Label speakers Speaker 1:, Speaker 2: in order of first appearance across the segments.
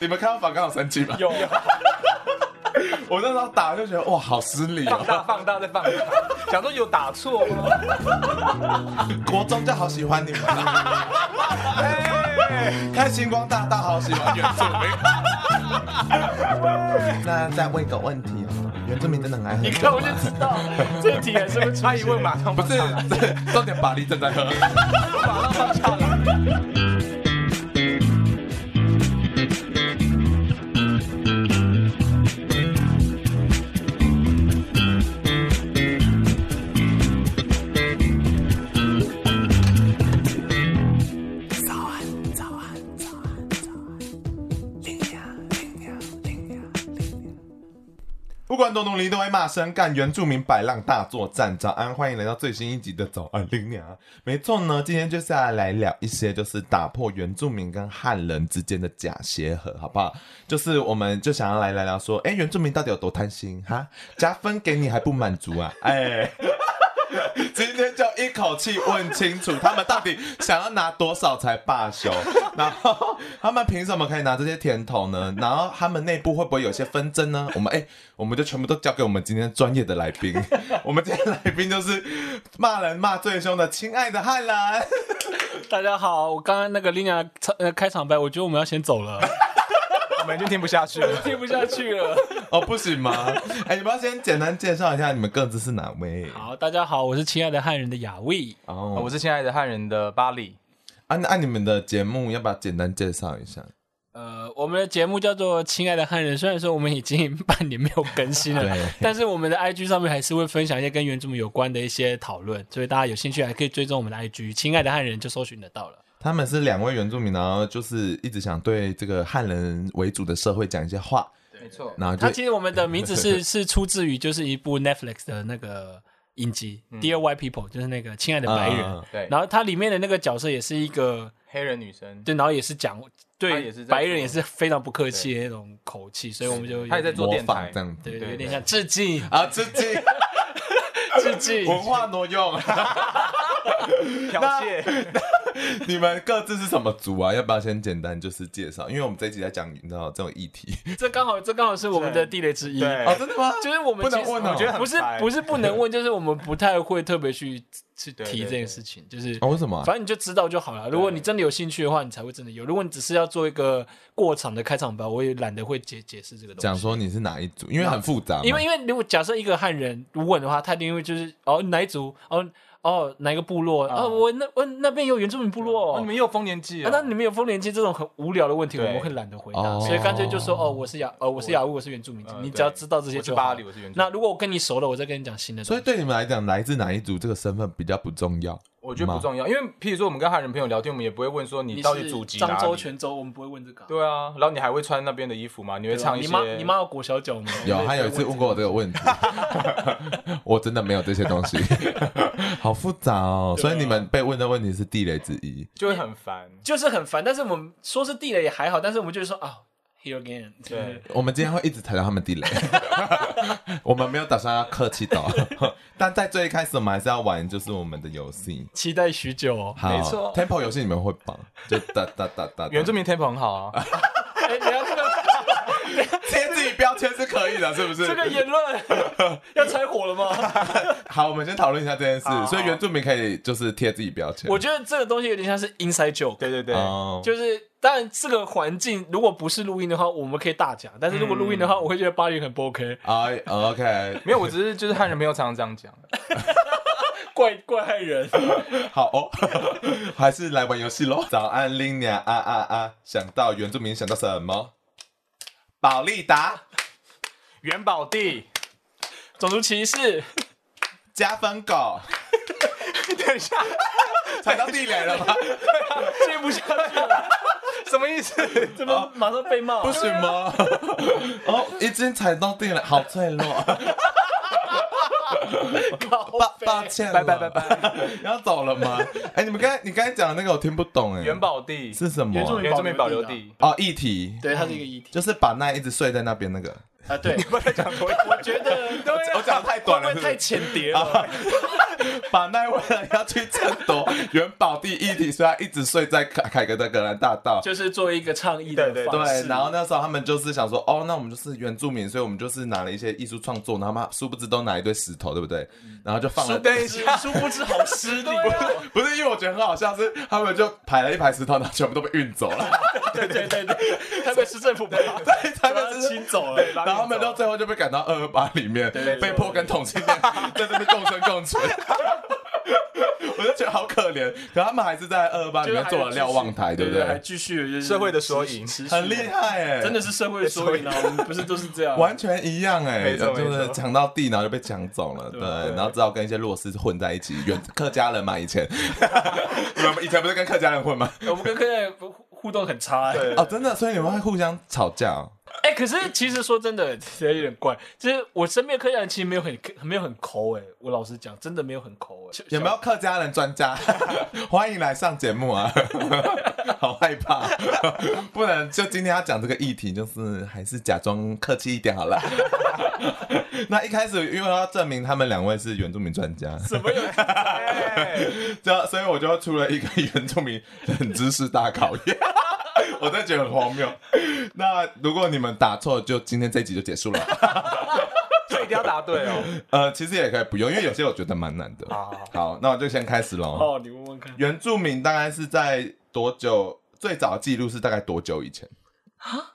Speaker 1: 你们看到反刚有生气吗？
Speaker 2: 有
Speaker 1: 我那时候打就觉得哇，好失礼
Speaker 2: 放
Speaker 1: 哦。
Speaker 2: 大放大再放大，想说有打错吗？
Speaker 1: 国中就好喜欢 你们，
Speaker 2: 哎
Speaker 1: 看星光大道好喜欢原住民。那再问一个问题哦，原住民真的很爱喝
Speaker 2: 你看我就知道， 这题还是会差一问马上
Speaker 1: 不是，这重点巴黎正在喝。
Speaker 2: 马上放下来。
Speaker 1: 不管多努力，都会骂声干。原住民百浪大作战，早安，欢迎来到最新一集的啊早安林娘。没错呢，今天就是要来聊一些，就是打破原住民跟汉人之间的假协和，好不好？就是我们就想要来聊聊说，哎、原住民到底有多贪心哈？加分给你还不满足啊？哎、 今天就一口气问清楚，他们到底想要拿多少才罢休？然后他们凭什么可以拿这些甜头呢？然后他们内部会不会有些纷争呢？我们哎、我们就全部都交给我们今天专业的来宾。我们今天来宾就是骂人骂最凶的亲爱的汉兰。
Speaker 3: 大家好，我刚刚那个 Lina 呃开场白，我觉得我们要先走 了，
Speaker 2: 我们已经听不下去了。
Speaker 3: 听不下去了。
Speaker 1: 哦，不行吗？哎、你们要先简单介绍一下你们各自是哪位？
Speaker 3: 好，大家好，我是亲爱的汉人的雅卫。
Speaker 1: 哦，
Speaker 2: 我
Speaker 1: 我
Speaker 2: 是亲爱的汉人的巴里，
Speaker 1: 按按你们的节目，要不要简单介绍一下？
Speaker 3: 呃，我们的节目叫做《亲爱的汉人》，虽然说我们已经半年没有更新 了
Speaker 1: 对，
Speaker 3: 但是我们的 IG 上面还是会分享一些跟原住民有关的一些讨论，所以大家有兴趣还可以追踪我们的 IG，《亲爱的汉人》就搜寻得到了。
Speaker 1: 他们是两位原住民，然后就是一直想对这个汉人为主的社会讲一些话，
Speaker 2: 没错。
Speaker 1: 然后就
Speaker 3: 它其实我们的名字 是是出自于就是一部 Netflix 的那个影集《Dear White People》，就是那个亲爱的白人。
Speaker 1: 嗯
Speaker 2: 对，
Speaker 3: 然后它里面的那个角色也是一个
Speaker 2: 黑人女生，
Speaker 3: 对，然后也是讲
Speaker 2: 他
Speaker 3: 对
Speaker 2: 也是在
Speaker 3: 白
Speaker 2: 做
Speaker 3: 人也是非常不客气的那种口气，所以我们就有
Speaker 2: 他也在做
Speaker 1: 模
Speaker 2: 电
Speaker 1: 仿
Speaker 2: 台
Speaker 1: 这。样子
Speaker 3: 对
Speaker 2: 对
Speaker 3: 有
Speaker 2: 对
Speaker 3: 点像致敬
Speaker 1: 啊，致敬
Speaker 3: 致敬。
Speaker 1: 文化挪用。啊
Speaker 2: 剽窃，
Speaker 1: 你们各自是什么族啊？要不要先简单就是介绍？因为我们这一集在讲你知道这种议题
Speaker 3: 这刚好这刚好是我们的地雷之一，
Speaker 2: 对
Speaker 1: 哦，真的吗？
Speaker 3: 就是我们
Speaker 1: 不能
Speaker 3: 其实
Speaker 1: 问哦我觉
Speaker 2: 得很
Speaker 3: 不是
Speaker 2: 烦
Speaker 3: 不是不能问，就是我们不太会特别去去
Speaker 2: 对
Speaker 3: 提
Speaker 2: 对
Speaker 3: 这件
Speaker 2: 对
Speaker 3: 事情，就是
Speaker 1: 哦，为什么啊、
Speaker 3: 反正你就知道就好了。如果你真的有兴趣的话，你才会真的有；如果你只是要做一个过场的开场白，我也懒得会解解释这个东西。
Speaker 1: 讲说你是哪一族，因为很复杂
Speaker 2: 啊
Speaker 1: 嘛。
Speaker 3: 因为因为如果假设一个汉人问的话，他一定会就是哦哪一族哦哦哪一个部落
Speaker 2: 啊
Speaker 3: 哦我那我那边有原住民部落
Speaker 2: 哦
Speaker 3: 哦
Speaker 2: 你，们又丰年祭
Speaker 3: 啊
Speaker 2: 了。
Speaker 3: 那你们有丰年祭这种很无聊的问题，我
Speaker 2: 对
Speaker 3: 们会懒得回答，
Speaker 1: 哦
Speaker 3: 所以干脆就说哦我是雅哦我是雅乌我是原住民
Speaker 2: 呃，
Speaker 3: 你
Speaker 2: 对
Speaker 3: 只要知道这些
Speaker 2: 我是
Speaker 3: 就好
Speaker 2: 巴黎，。我是原住民。
Speaker 3: 那如果我跟你熟了，我再跟你讲新的东
Speaker 1: 所
Speaker 3: 西。
Speaker 1: 以对你们来讲，来自哪一族这个身份比较不重要。
Speaker 2: 我觉得不重要，因为譬如说我们跟汉人朋友聊天，我们也不会问说你
Speaker 3: 你
Speaker 2: 到底
Speaker 3: 是
Speaker 2: 祖籍哪
Speaker 3: 漳州、
Speaker 2: 里。
Speaker 3: 泉州，我们不会问这个啊。
Speaker 2: 对啊，然后你还会穿那边的衣服啊吗？你会
Speaker 3: 对吧，啊
Speaker 2: 唱一
Speaker 3: 你
Speaker 2: 些？
Speaker 3: 妈你妈有裹小脚吗？
Speaker 1: 有，他有一次问过我这个问题， 我真的没有这些东西，好复杂哦。
Speaker 3: 啊
Speaker 1: 所以你们被问的问题是地雷之一。
Speaker 2: 就会很烦。
Speaker 3: 就是很烦，但是我们说是地雷也还好，但是我们就是说啊，here again，
Speaker 2: 对，
Speaker 1: 我们今天会一直踩到他们地雷， 我们没有打算要客气到，但在最一开始，我们还是要玩就是我们的游戏。
Speaker 3: 期待许久 哦。
Speaker 1: 好
Speaker 2: 没错
Speaker 1: ，Temple 游戏你们会绑，就哒哒哒哒哒。
Speaker 2: 原住民 tempo 很好啊，
Speaker 3: 哎，你要这个。
Speaker 1: 贴自己标签是可以的，是不是？
Speaker 3: 这个言论要拆火了吗？
Speaker 1: 好，我们先讨论一下这件
Speaker 2: 好
Speaker 1: 事。所以原住民可以就是贴自己标签。
Speaker 3: 我觉得这个东西有点像是 inside joke，
Speaker 2: 对对对，
Speaker 1: 哦，
Speaker 3: 就是当然这个环境如果不是录音的话，我们可以大讲，但是如果录音的话，我会觉得巴黎很不 OK，
Speaker 1: 哎，OK，
Speaker 2: 没有，我只是就是汉人朋友常常这样讲。
Speaker 3: 怪怪害人。
Speaker 1: 好哦，还是来玩游戏喽。早安 l i n a 啊啊啊！想到原住民想到什么？保利达
Speaker 2: 元宝地，
Speaker 3: 种族歧视，
Speaker 1: 加分狗，
Speaker 2: 等一下，
Speaker 1: 踩到地雷了吗？
Speaker 3: 接不下去了，
Speaker 2: 什么意思？
Speaker 3: 怎么马上被骂？
Speaker 1: 不行吗？ 哦，已经踩到地了，好脆 弱，
Speaker 3: 靠
Speaker 1: 抱
Speaker 3: 背
Speaker 1: 抱歉，
Speaker 2: 拜拜拜，拜，
Speaker 1: 你要走了吗？哎，你们刚才你刚才讲的那个我听不懂，哎，
Speaker 2: 元宝地，
Speaker 1: 是什么
Speaker 3: 原住
Speaker 1: 啊？
Speaker 3: 民
Speaker 2: 原住民保留
Speaker 3: 保留
Speaker 2: 地。
Speaker 1: 哦，议题，
Speaker 3: 对，它
Speaker 4: 嗯
Speaker 3: 是一个议题
Speaker 1: 就是把那一直睡在那边那个。
Speaker 3: 啊。对，
Speaker 2: 不要再讲多一
Speaker 3: 我觉得啊
Speaker 1: 我讲得太短了
Speaker 3: 会不会太浅碟了。
Speaker 1: 把奈为了要去争夺元宝地议题，所以他一直睡在凯凯格的格兰大道。
Speaker 3: 就是做一个倡议的
Speaker 2: 对对
Speaker 3: 方式
Speaker 1: 对，然后那时候他们就是想说，哦，那我们就是原住民，所以我们就是拿了一些艺术创作，然后他们殊不知都拿一堆石头，对不对？然后就放了。
Speaker 2: 等一下，
Speaker 3: 殊不知好失礼哦。
Speaker 1: 不是因为我觉得很好笑，是他们就排了一排石头，然后全部都被运走了，
Speaker 3: 对对对对， 台北市政府把对
Speaker 1: 他们只是
Speaker 3: 清走了
Speaker 1: 对，然后他们到最后就被赶到二二八里面，
Speaker 2: 对
Speaker 1: 被迫跟同性恋在这边共生共存。 我就觉得好可怜，可他们还是在二二八里面做了瞭望台，对
Speaker 3: 对
Speaker 1: 不
Speaker 3: 还
Speaker 1: 对？
Speaker 3: 继续就是
Speaker 2: 社会的缩影
Speaker 3: 持续
Speaker 1: 很厉，害哎、
Speaker 3: 真的是社会的缩影 啊！我们不是都是这样，
Speaker 1: 完全一样哎、
Speaker 2: 没错
Speaker 1: 就
Speaker 2: 没
Speaker 1: 是
Speaker 2: 错
Speaker 1: 抢到地，然后就被抢走了，对，
Speaker 3: 对
Speaker 1: 然后只好跟一些弱势混在一起，原客家人嘛，以前， 你们以前不是跟客家人混吗？
Speaker 3: 我们跟客人互互动很差、欸。
Speaker 2: 对
Speaker 1: 哦，真的，所以你们会互相吵架哦、
Speaker 3: 哎、可是其实说真的，有点怪。就是我身边的客家人其实没有很没有很抠哎、我老实讲，真的没有很抠哎、
Speaker 1: 有没有客家人专家？欢迎来上节目啊！ 好害怕，不能就今天要讲这个议题，就是还是假装客气一点好了。那一开始因为要证明他们两位是原住民专家，
Speaker 3: 怎么有？
Speaker 1: 这所以我 就出了一个原住民冷知识大考 验，我真的觉得很荒谬。那如果你们答错，就今天这一集就结束了。
Speaker 2: 所以一定要答对哦。
Speaker 1: 呃，其实也可以不用，因为有些我觉得蛮难的。
Speaker 2: 好好
Speaker 1: 好，那我就先开始喽。
Speaker 3: 哦，你问问看
Speaker 1: 原住民大概是在多久？最早记录是大概多久以前？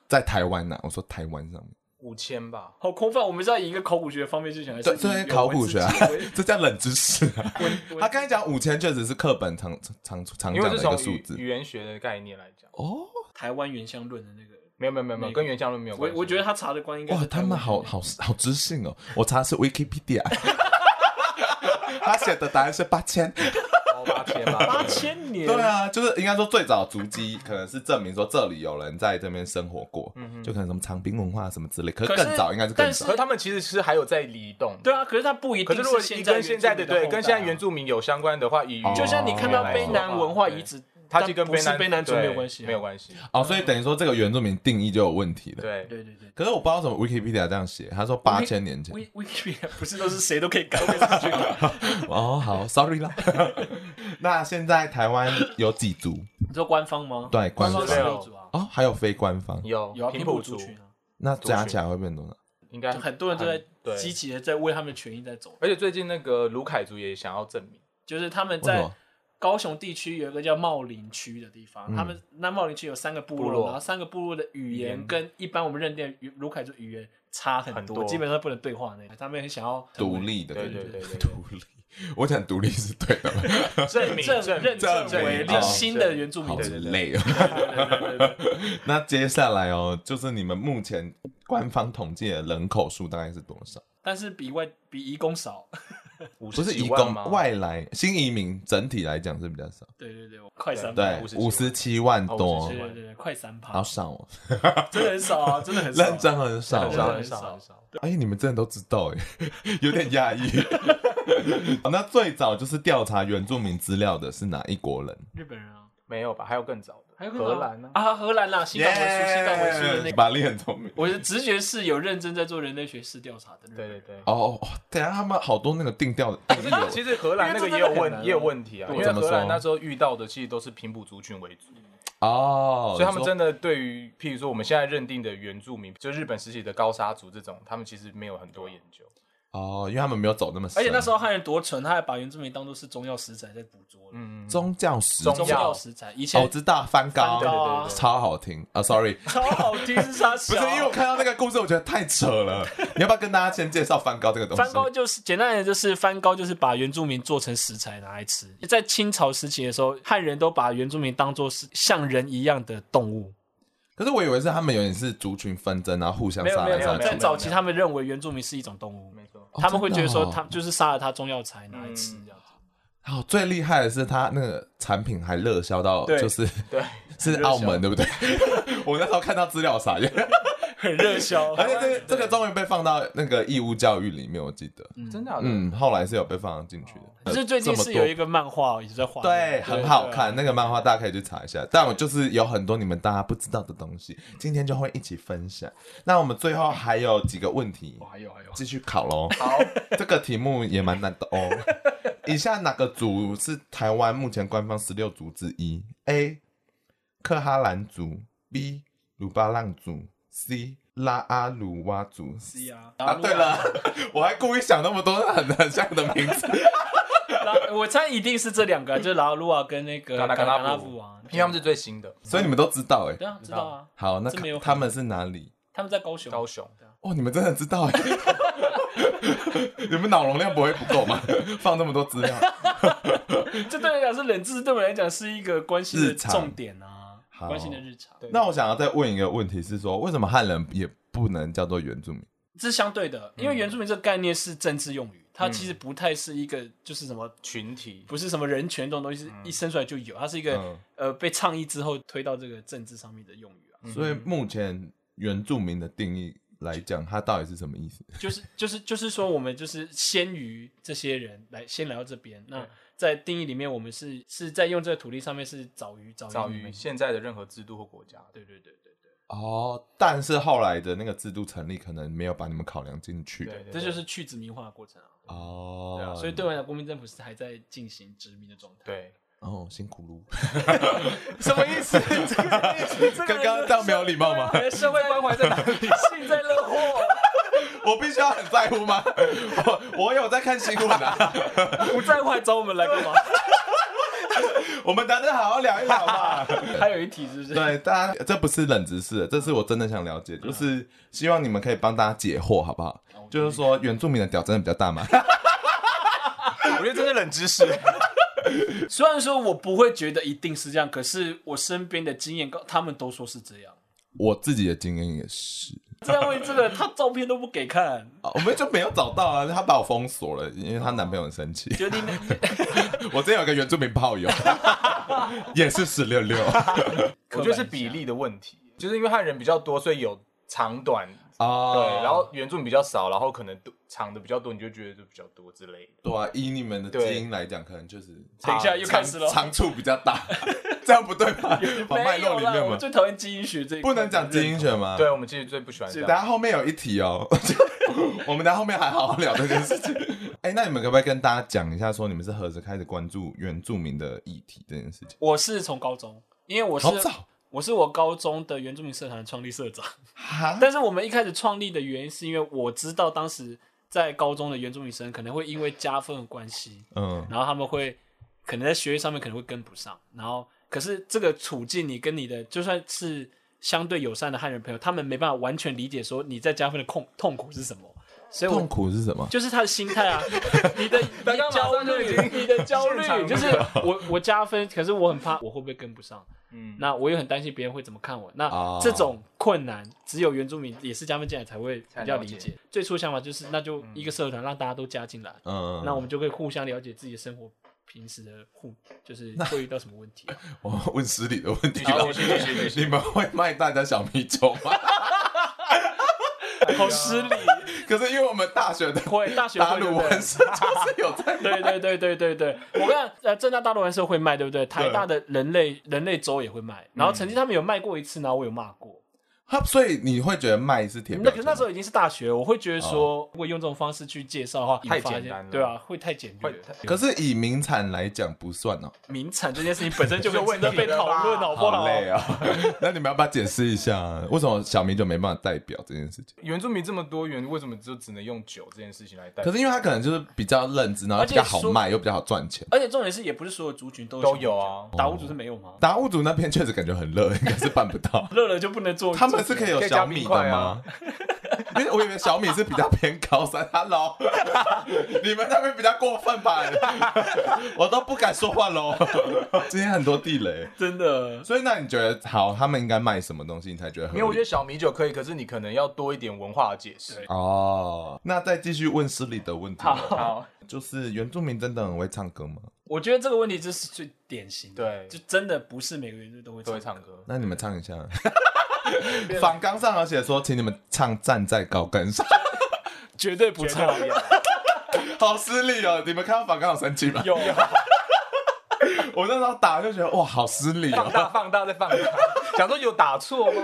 Speaker 1: 在台湾呐、我说台湾上面，
Speaker 2: 五千吧，
Speaker 3: 好空泛，我们是要以一个考古学的方面去讲，还是
Speaker 1: 对，这
Speaker 3: 以
Speaker 1: 些
Speaker 3: 一个
Speaker 1: 考古学啊
Speaker 3: 文字，
Speaker 1: 这叫冷知识啊。
Speaker 3: 文文
Speaker 1: 他刚才讲五千确实是课本常常常
Speaker 2: 因
Speaker 1: 讲
Speaker 2: 为
Speaker 1: 的一
Speaker 2: 是从
Speaker 1: 个数
Speaker 2: 语
Speaker 1: 字
Speaker 2: 语言学的概念来讲，
Speaker 1: 哦。
Speaker 3: 台湾原乡论的那个，
Speaker 2: 没有没有没有没有，跟原相论没有
Speaker 3: 我
Speaker 2: 关系。
Speaker 3: 我觉得他查的关应该
Speaker 1: 哇，
Speaker 3: 是台
Speaker 1: 他
Speaker 3: 湾
Speaker 1: 们好
Speaker 3: 原乡
Speaker 1: 好好知性哦！我查的是 Wikipedia，他写的答案是八千。
Speaker 2: 哦八千
Speaker 3: 论八
Speaker 2: 吧，
Speaker 3: 千年，
Speaker 1: 对啊，就是应该说最早足迹可能是证明说这里有人在这边生活过，就可能什么长滨文化什么之类。可是
Speaker 3: 可是
Speaker 1: 更早应该是更
Speaker 3: 但
Speaker 1: 早
Speaker 2: 可是他们其实是还有在移动。
Speaker 3: 对啊，可是他不一
Speaker 2: 可
Speaker 3: 定
Speaker 2: 是如果
Speaker 3: 现
Speaker 2: 你
Speaker 3: 在
Speaker 2: 跟现在的
Speaker 3: 原住民
Speaker 2: 对
Speaker 3: 后代啊
Speaker 2: 跟现在原住民有相关的话，以
Speaker 1: 哦
Speaker 3: 就像你看到
Speaker 1: 哦
Speaker 3: 卑南文化遗址，
Speaker 2: 它
Speaker 3: 但
Speaker 2: 就跟
Speaker 3: 不是
Speaker 2: 卑
Speaker 3: 卑南族
Speaker 2: 对
Speaker 3: 没有关系啊，
Speaker 2: 没有关系。
Speaker 1: 哦，所以等于说这个原住民定义就有问题了。
Speaker 2: 对，
Speaker 3: 对对对。
Speaker 1: 可是我不知道怎么 Wikipedia 这样写，他说八千年前。
Speaker 3: Wiki Wiki 不是都是谁都可以搞的事情吗？
Speaker 1: 哦，好，sorry 啦。 那现在台湾有几族？
Speaker 3: 你说官方吗？
Speaker 1: 对官
Speaker 3: 官
Speaker 1: 方
Speaker 3: 方十六组啊，
Speaker 1: 哦，还有非官方，
Speaker 2: 有
Speaker 3: 有啊，
Speaker 2: 平
Speaker 3: 埔
Speaker 2: 族
Speaker 3: 族群啊，
Speaker 1: 那加起来会变多少？
Speaker 2: 应该
Speaker 3: 就很多人都在
Speaker 2: 对
Speaker 3: 积极的在为他们的权益在走，
Speaker 2: 而且最近那个卢凯族也想要证 明，
Speaker 3: 就是他们
Speaker 1: 为什
Speaker 3: 在
Speaker 1: 么？
Speaker 3: 高雄地区有一个叫茂林区的地方，他们那茂林区有三个部
Speaker 2: 部
Speaker 3: 落，
Speaker 2: 落
Speaker 3: 然后三个部落的
Speaker 2: 语
Speaker 3: 语言
Speaker 2: 言
Speaker 3: 跟一般我们认定的语卢凯族语言差很多，
Speaker 2: 很多
Speaker 3: 基本上不能对话那种。他们很想要
Speaker 1: 独，立的，
Speaker 2: 对对对对对
Speaker 1: 独立。我讲独立是对的吗，
Speaker 3: 认证
Speaker 2: 证
Speaker 3: 认证
Speaker 1: 证
Speaker 3: 为
Speaker 1: 明啊
Speaker 3: 新的原住民
Speaker 1: 好
Speaker 3: 族。
Speaker 1: 累哦。 那接下来哦，就是你们目前官方统计的人口数大概是多少？
Speaker 3: 但是比外比移工少，
Speaker 2: 五
Speaker 1: 不
Speaker 2: 十
Speaker 1: 是移
Speaker 2: 几万吗？
Speaker 1: 工外来新移民，整体来讲是比较少，
Speaker 3: 对对对，我快三
Speaker 1: 对
Speaker 3: 百，，
Speaker 1: 五十七万多
Speaker 2: 哦
Speaker 3: 对
Speaker 2: 57，万
Speaker 3: 对对，快三趴
Speaker 1: 好，少哦，
Speaker 3: 真的很少啊，真的很少啊，
Speaker 1: 认真很少
Speaker 2: 很少啊
Speaker 1: 哦。
Speaker 2: 很少很少，
Speaker 1: 哎，你们真的都知道哎， 有点压抑。好那最早就是调查原住民资料的是哪一国人？
Speaker 3: 日本人啊，
Speaker 2: 没有吧？还有更早的，
Speaker 3: 还有更
Speaker 2: 荷
Speaker 3: 早
Speaker 2: 兰呢？
Speaker 3: 啊，荷兰啦，新港回书，新港回书的那个，
Speaker 1: 玛丽很聪明。
Speaker 3: 我的直觉是有认真在做人类学士调查的日本
Speaker 2: 对
Speaker 3: 人，
Speaker 2: 对对。
Speaker 1: 哦，哦等一下他们好多那个定调的
Speaker 2: 可是其实荷兰那个也有问也有问题啊，因为荷兰那时候遇到的其实都是平埔族群为主，
Speaker 1: 哦，
Speaker 2: 所以他们
Speaker 1: 你说
Speaker 2: 真的对于譬如说我们现在认定的原住民，就日本时期的高沙族这种，他们其实没有很多研究。
Speaker 1: 哦，因为他们没有走那么深，
Speaker 3: 而且那时候汉人多蠢，他还把原住民当做是中药食材在捕捉了。
Speaker 2: 嗯，
Speaker 1: 宗教史
Speaker 2: 宗
Speaker 3: 中
Speaker 2: 教
Speaker 3: 药食材以
Speaker 1: 哦
Speaker 3: 前
Speaker 1: 我知道翻高，
Speaker 3: 翻
Speaker 2: 对
Speaker 3: 高啊
Speaker 2: 对对对
Speaker 1: 超好听啊！Sorry，
Speaker 3: 超好听，是啥
Speaker 1: 不
Speaker 3: 小？
Speaker 1: 是因为我看到那个故事，我觉得太扯了。你要不要跟大家先介绍翻高这个东西？
Speaker 3: 翻糕就是简单的，就是翻糕就是把原住民做成食材拿来吃。在清朝时期的时候，汉人都把原住民当做是像人一样的动物。
Speaker 1: 可是我以为是他们有点是族群纷争，然后互相
Speaker 3: 没有
Speaker 1: 杀
Speaker 3: 没
Speaker 1: 来
Speaker 3: 有没
Speaker 1: 杀
Speaker 3: 有，
Speaker 2: 没有
Speaker 3: 在
Speaker 1: 去。
Speaker 3: 早期他们认为原住民是一种动物，
Speaker 2: 没错，
Speaker 1: 哦
Speaker 3: 他们会觉得
Speaker 1: 真
Speaker 3: 说
Speaker 1: 的
Speaker 3: 他
Speaker 1: 哦
Speaker 3: 就是杀了他中药材拿来吃
Speaker 2: 嗯
Speaker 3: 这样子。
Speaker 1: 好，最厉害的是他那个产品还热销到，
Speaker 3: 对
Speaker 1: 就是
Speaker 2: 对，
Speaker 1: 是澳门对不 对？我那时候看到资料傻眼，
Speaker 3: 很热销，
Speaker 1: 而且这个这个终于被放到那个义务教育里面，我记得，嗯
Speaker 2: 真的啊
Speaker 3: 嗯
Speaker 1: 嗯，后来是有被放进去的。呃
Speaker 3: 哦就是最近
Speaker 1: 这么
Speaker 3: 是
Speaker 1: 多
Speaker 3: 有一个漫画也在画那个，
Speaker 1: 对，很好
Speaker 3: 对
Speaker 1: 看，那个漫画大家可以去查一下。但我就是有很多你们大家不知道的东西，今天就会一起分享。那我们最后还有几个问题，
Speaker 3: 哦
Speaker 2: 还有还有，
Speaker 1: 继续考喽。
Speaker 2: 好，
Speaker 1: 这个题目也蛮难的哦。 以下哪个族是台湾目前官方十六族之一？A. 克哈兰族，B. 鲁巴让族，C. 拉阿鲁哇族。
Speaker 3: 是啊，
Speaker 1: 啊，对了， 我还故意想那么多很很像的名字。
Speaker 3: 然后，我猜一定是 这两个，啊就是拉鲁瓦跟那个
Speaker 2: 嘎达嘎
Speaker 3: 嘎
Speaker 2: 达
Speaker 3: 达
Speaker 2: 布
Speaker 3: 布啊，
Speaker 2: 因为他们是最新的，
Speaker 1: 所以你们都知道哎、
Speaker 3: 对啊，知道啊，
Speaker 1: 好，那
Speaker 3: 这没有
Speaker 1: 他们是哪里？
Speaker 3: 他们在高雄，
Speaker 2: 高雄。
Speaker 1: 哦，你们真的知道哎、 你们脑容量不会不够吗？ 放这么多资料。
Speaker 3: 这对我来讲是冷知识，对我来讲是一个关心的重点啊，
Speaker 1: 常
Speaker 3: 关心的日常，
Speaker 2: 对
Speaker 1: 那我想要再问一个问题是说，为什么汉人也不能叫做原住民？
Speaker 3: 这是相对的，
Speaker 1: 嗯
Speaker 3: 因为原住民这个概念是政治用语，它其实不太是一个就是什么。
Speaker 2: 群体，
Speaker 3: 不是什么人权这种东西，是一生出来就有，它是一个、
Speaker 1: 嗯
Speaker 3: 呃被倡议之后推到这个政治上面的用语啊，
Speaker 1: 所以目前原住民的定义来讲，它到底是什么意思？
Speaker 3: 就是就是就是说，我们就是先于这些人来先来到这边。那在定义里面，我们是是在用这个土地上面是早于早于
Speaker 2: 早
Speaker 3: 你
Speaker 2: 于
Speaker 3: 们
Speaker 2: 现在的任何制度或国家。
Speaker 3: 对对对对对，
Speaker 1: 哦， 但是后来的那个制度成立，可能没有把你们考量进去。
Speaker 2: 对
Speaker 3: 这就是去殖民化的过程啊。
Speaker 1: 哦，
Speaker 3: 对啊，所以对我来讲，国民政府是还在进行殖民的状态。
Speaker 2: 对，
Speaker 1: 哦，辛苦
Speaker 3: 什么意思？ 这个意思这个
Speaker 1: 刚刚这样没有礼貌吗
Speaker 3: 对啊我的社会关怀在哪里？幸灾乐祸。
Speaker 1: 噜， 我必须要很在乎吗？ 我我有在看新闻啊，
Speaker 3: 不在乎还找我们来干嘛？
Speaker 1: 我们等等好好聊一聊 吧。
Speaker 3: 还有一题是不是？
Speaker 1: 对，大家这不是冷知识，这是我真的想了解，就是希望你们可以帮大家解惑，好不好？
Speaker 3: 嗯
Speaker 1: 就是说原住民的屌真的比较大吗？
Speaker 2: 我觉得这是冷知识。
Speaker 3: 虽然说我不会觉得一定是这样，可是我身边的经验告他们都说是这样。
Speaker 1: 我自己的经验也是。
Speaker 3: 这样会这个他照片都不给看，
Speaker 1: 啊我们就没有找到啊，她把我封锁了，因为她男朋友很生气。
Speaker 3: 决定
Speaker 1: 我之前有个原住民炮友，也是十六六
Speaker 2: 我觉得是比例的问题，就是因为汉人比较多，所以有长短，
Speaker 1: 啊。
Speaker 2: 对，然后原住民比较少，然后可能多长的比较多，你就觉得就比较多之类的。
Speaker 1: 对啊，以你们的基因来讲，可能就是
Speaker 3: 等一下又开始了。
Speaker 1: 长处比较大， 这样不对吧？把脉
Speaker 3: 没
Speaker 1: 络
Speaker 3: 有
Speaker 1: 里
Speaker 3: 啦，
Speaker 1: 面
Speaker 3: 我
Speaker 1: 嘛，
Speaker 3: 最讨厌基因学这一块
Speaker 1: 不能讲基因学
Speaker 3: 嗯
Speaker 1: 吗？
Speaker 2: 对，我啊们其实最不喜欢这
Speaker 1: 等
Speaker 2: 样。
Speaker 1: 下后面有一题哦， 我们等下后面还好好聊这件事情。哎、那你们可不可以跟大家讲一下，说你们是何时开始关注原住民的议题这件事情？
Speaker 3: 我是从高中，因为我是
Speaker 1: 好早
Speaker 3: 我是我高中的原住民社团的创立社长，
Speaker 1: 哈，
Speaker 3: 但是我们一开始创立的原因是因为我知道当时在高中的原住民生可能会因为加分的关系，
Speaker 1: 嗯，
Speaker 3: 然后他们会可能在学业上面可能会跟不上，然后可是这个处境，你跟你的就算是相对友善的汉人朋友，他们没办法完全理解说你在加分的痛痛苦是什么，所以我
Speaker 1: 痛苦是什么？
Speaker 3: 就是他的心态啊，你的 你
Speaker 2: 刚
Speaker 3: 的
Speaker 2: 马
Speaker 3: 焦
Speaker 2: 上就已
Speaker 3: 虑，
Speaker 2: 经
Speaker 3: 你的焦虑
Speaker 2: 现 场，
Speaker 3: 就是我我加分，可是我很怕我会不会跟不上，
Speaker 2: 嗯，
Speaker 3: 那我也很担心别人会怎么看我。那
Speaker 1: 哦
Speaker 3: 这种困难，只有原住民也是加分进来才会比较理
Speaker 2: 才了
Speaker 3: 解。嗯最初想法就是，那就一个社团让大家都加进来，
Speaker 1: 嗯，
Speaker 3: 那我们就可以互相了解自己的生活，平时的互就是会遇到什么问题啊。
Speaker 1: 我问失礼的问题
Speaker 2: 好
Speaker 1: 了
Speaker 2: 继续继续继续
Speaker 1: 你们会卖大家小米酒吗？
Speaker 3: 好失礼，
Speaker 1: 可是因为我们大学的
Speaker 3: 会大学
Speaker 1: 达
Speaker 3: 会对
Speaker 1: 鲁
Speaker 3: 不对
Speaker 1: 文是就是有 在
Speaker 3: 对对对对对对，我看呃，正大大陆玩社会卖，对不对？台大的人类人类周也会卖，然后曾经他们有卖过一次，然后我有骂过。
Speaker 1: 他，所以你会觉得卖是铁
Speaker 3: 那
Speaker 1: 标
Speaker 3: 可
Speaker 1: 签
Speaker 3: 是
Speaker 1: 吗？
Speaker 3: 那时候已经是大学了，我会觉得说，如果用这种方式去介绍的话，
Speaker 2: 太
Speaker 3: 引发一些
Speaker 2: 简单了
Speaker 3: 对啊，会太简略
Speaker 2: 会太。
Speaker 1: 可是以名产来讲不算哦，
Speaker 3: 名产这件事情本身就有
Speaker 2: 有问
Speaker 3: 值
Speaker 2: 题
Speaker 3: 得被讨
Speaker 2: 了
Speaker 3: 论，
Speaker 2: 吧
Speaker 3: 好不好？
Speaker 1: 累啊！ 那你们要不要解释一下啊，为什么小米酒没办法代表这件事情？
Speaker 2: 原住民这么多元，为什么就只能用酒这件事情来代表？
Speaker 1: 可是因为他可能就是比较认知，然后
Speaker 3: 呃而
Speaker 1: 比
Speaker 3: 且
Speaker 1: 较好
Speaker 3: 说
Speaker 1: 卖，又比较好赚钱。
Speaker 3: 而且重点是，也不是所有族群都
Speaker 2: 都有啊，
Speaker 3: 打乌族是没有吗？。
Speaker 1: 达悟族那边确实感觉很热，应该是办不到
Speaker 3: 热了就不能做，
Speaker 1: 他们是可以有小米的
Speaker 2: 可以
Speaker 1: 吗
Speaker 2: 加？
Speaker 1: 因为我以为小米是比较偏高山，Hello，你们那边比较过分吧？ 我都不敢说话喽。 今天很多地雷，
Speaker 3: 真的。
Speaker 1: 所以那你觉得好，他们应该卖什么东西你才觉得合
Speaker 2: 因
Speaker 1: 理？
Speaker 2: 为我觉得小米酒可以，可是你可能要多一点文化的解释
Speaker 3: 对。
Speaker 1: 哦，那再继续问失礼的问题，
Speaker 2: 好，
Speaker 1: 就是原住民真的很会唱歌吗？
Speaker 3: 我觉得这个问题就是最典型的，
Speaker 2: 对
Speaker 3: 就真的不是每个原住民都会
Speaker 2: 都会
Speaker 3: 唱。
Speaker 2: 唱歌。
Speaker 1: 那你们唱一 下。仿纲上有写说，请你们唱《站在高跟上》。
Speaker 3: 绝对不唱，
Speaker 1: 好失礼哦！你们看到反刚好生气吗？
Speaker 2: 有
Speaker 1: 我那时候打就觉得哇，好失礼
Speaker 2: 放
Speaker 1: 哦。
Speaker 2: 大放大 再放大，想说有打错吗？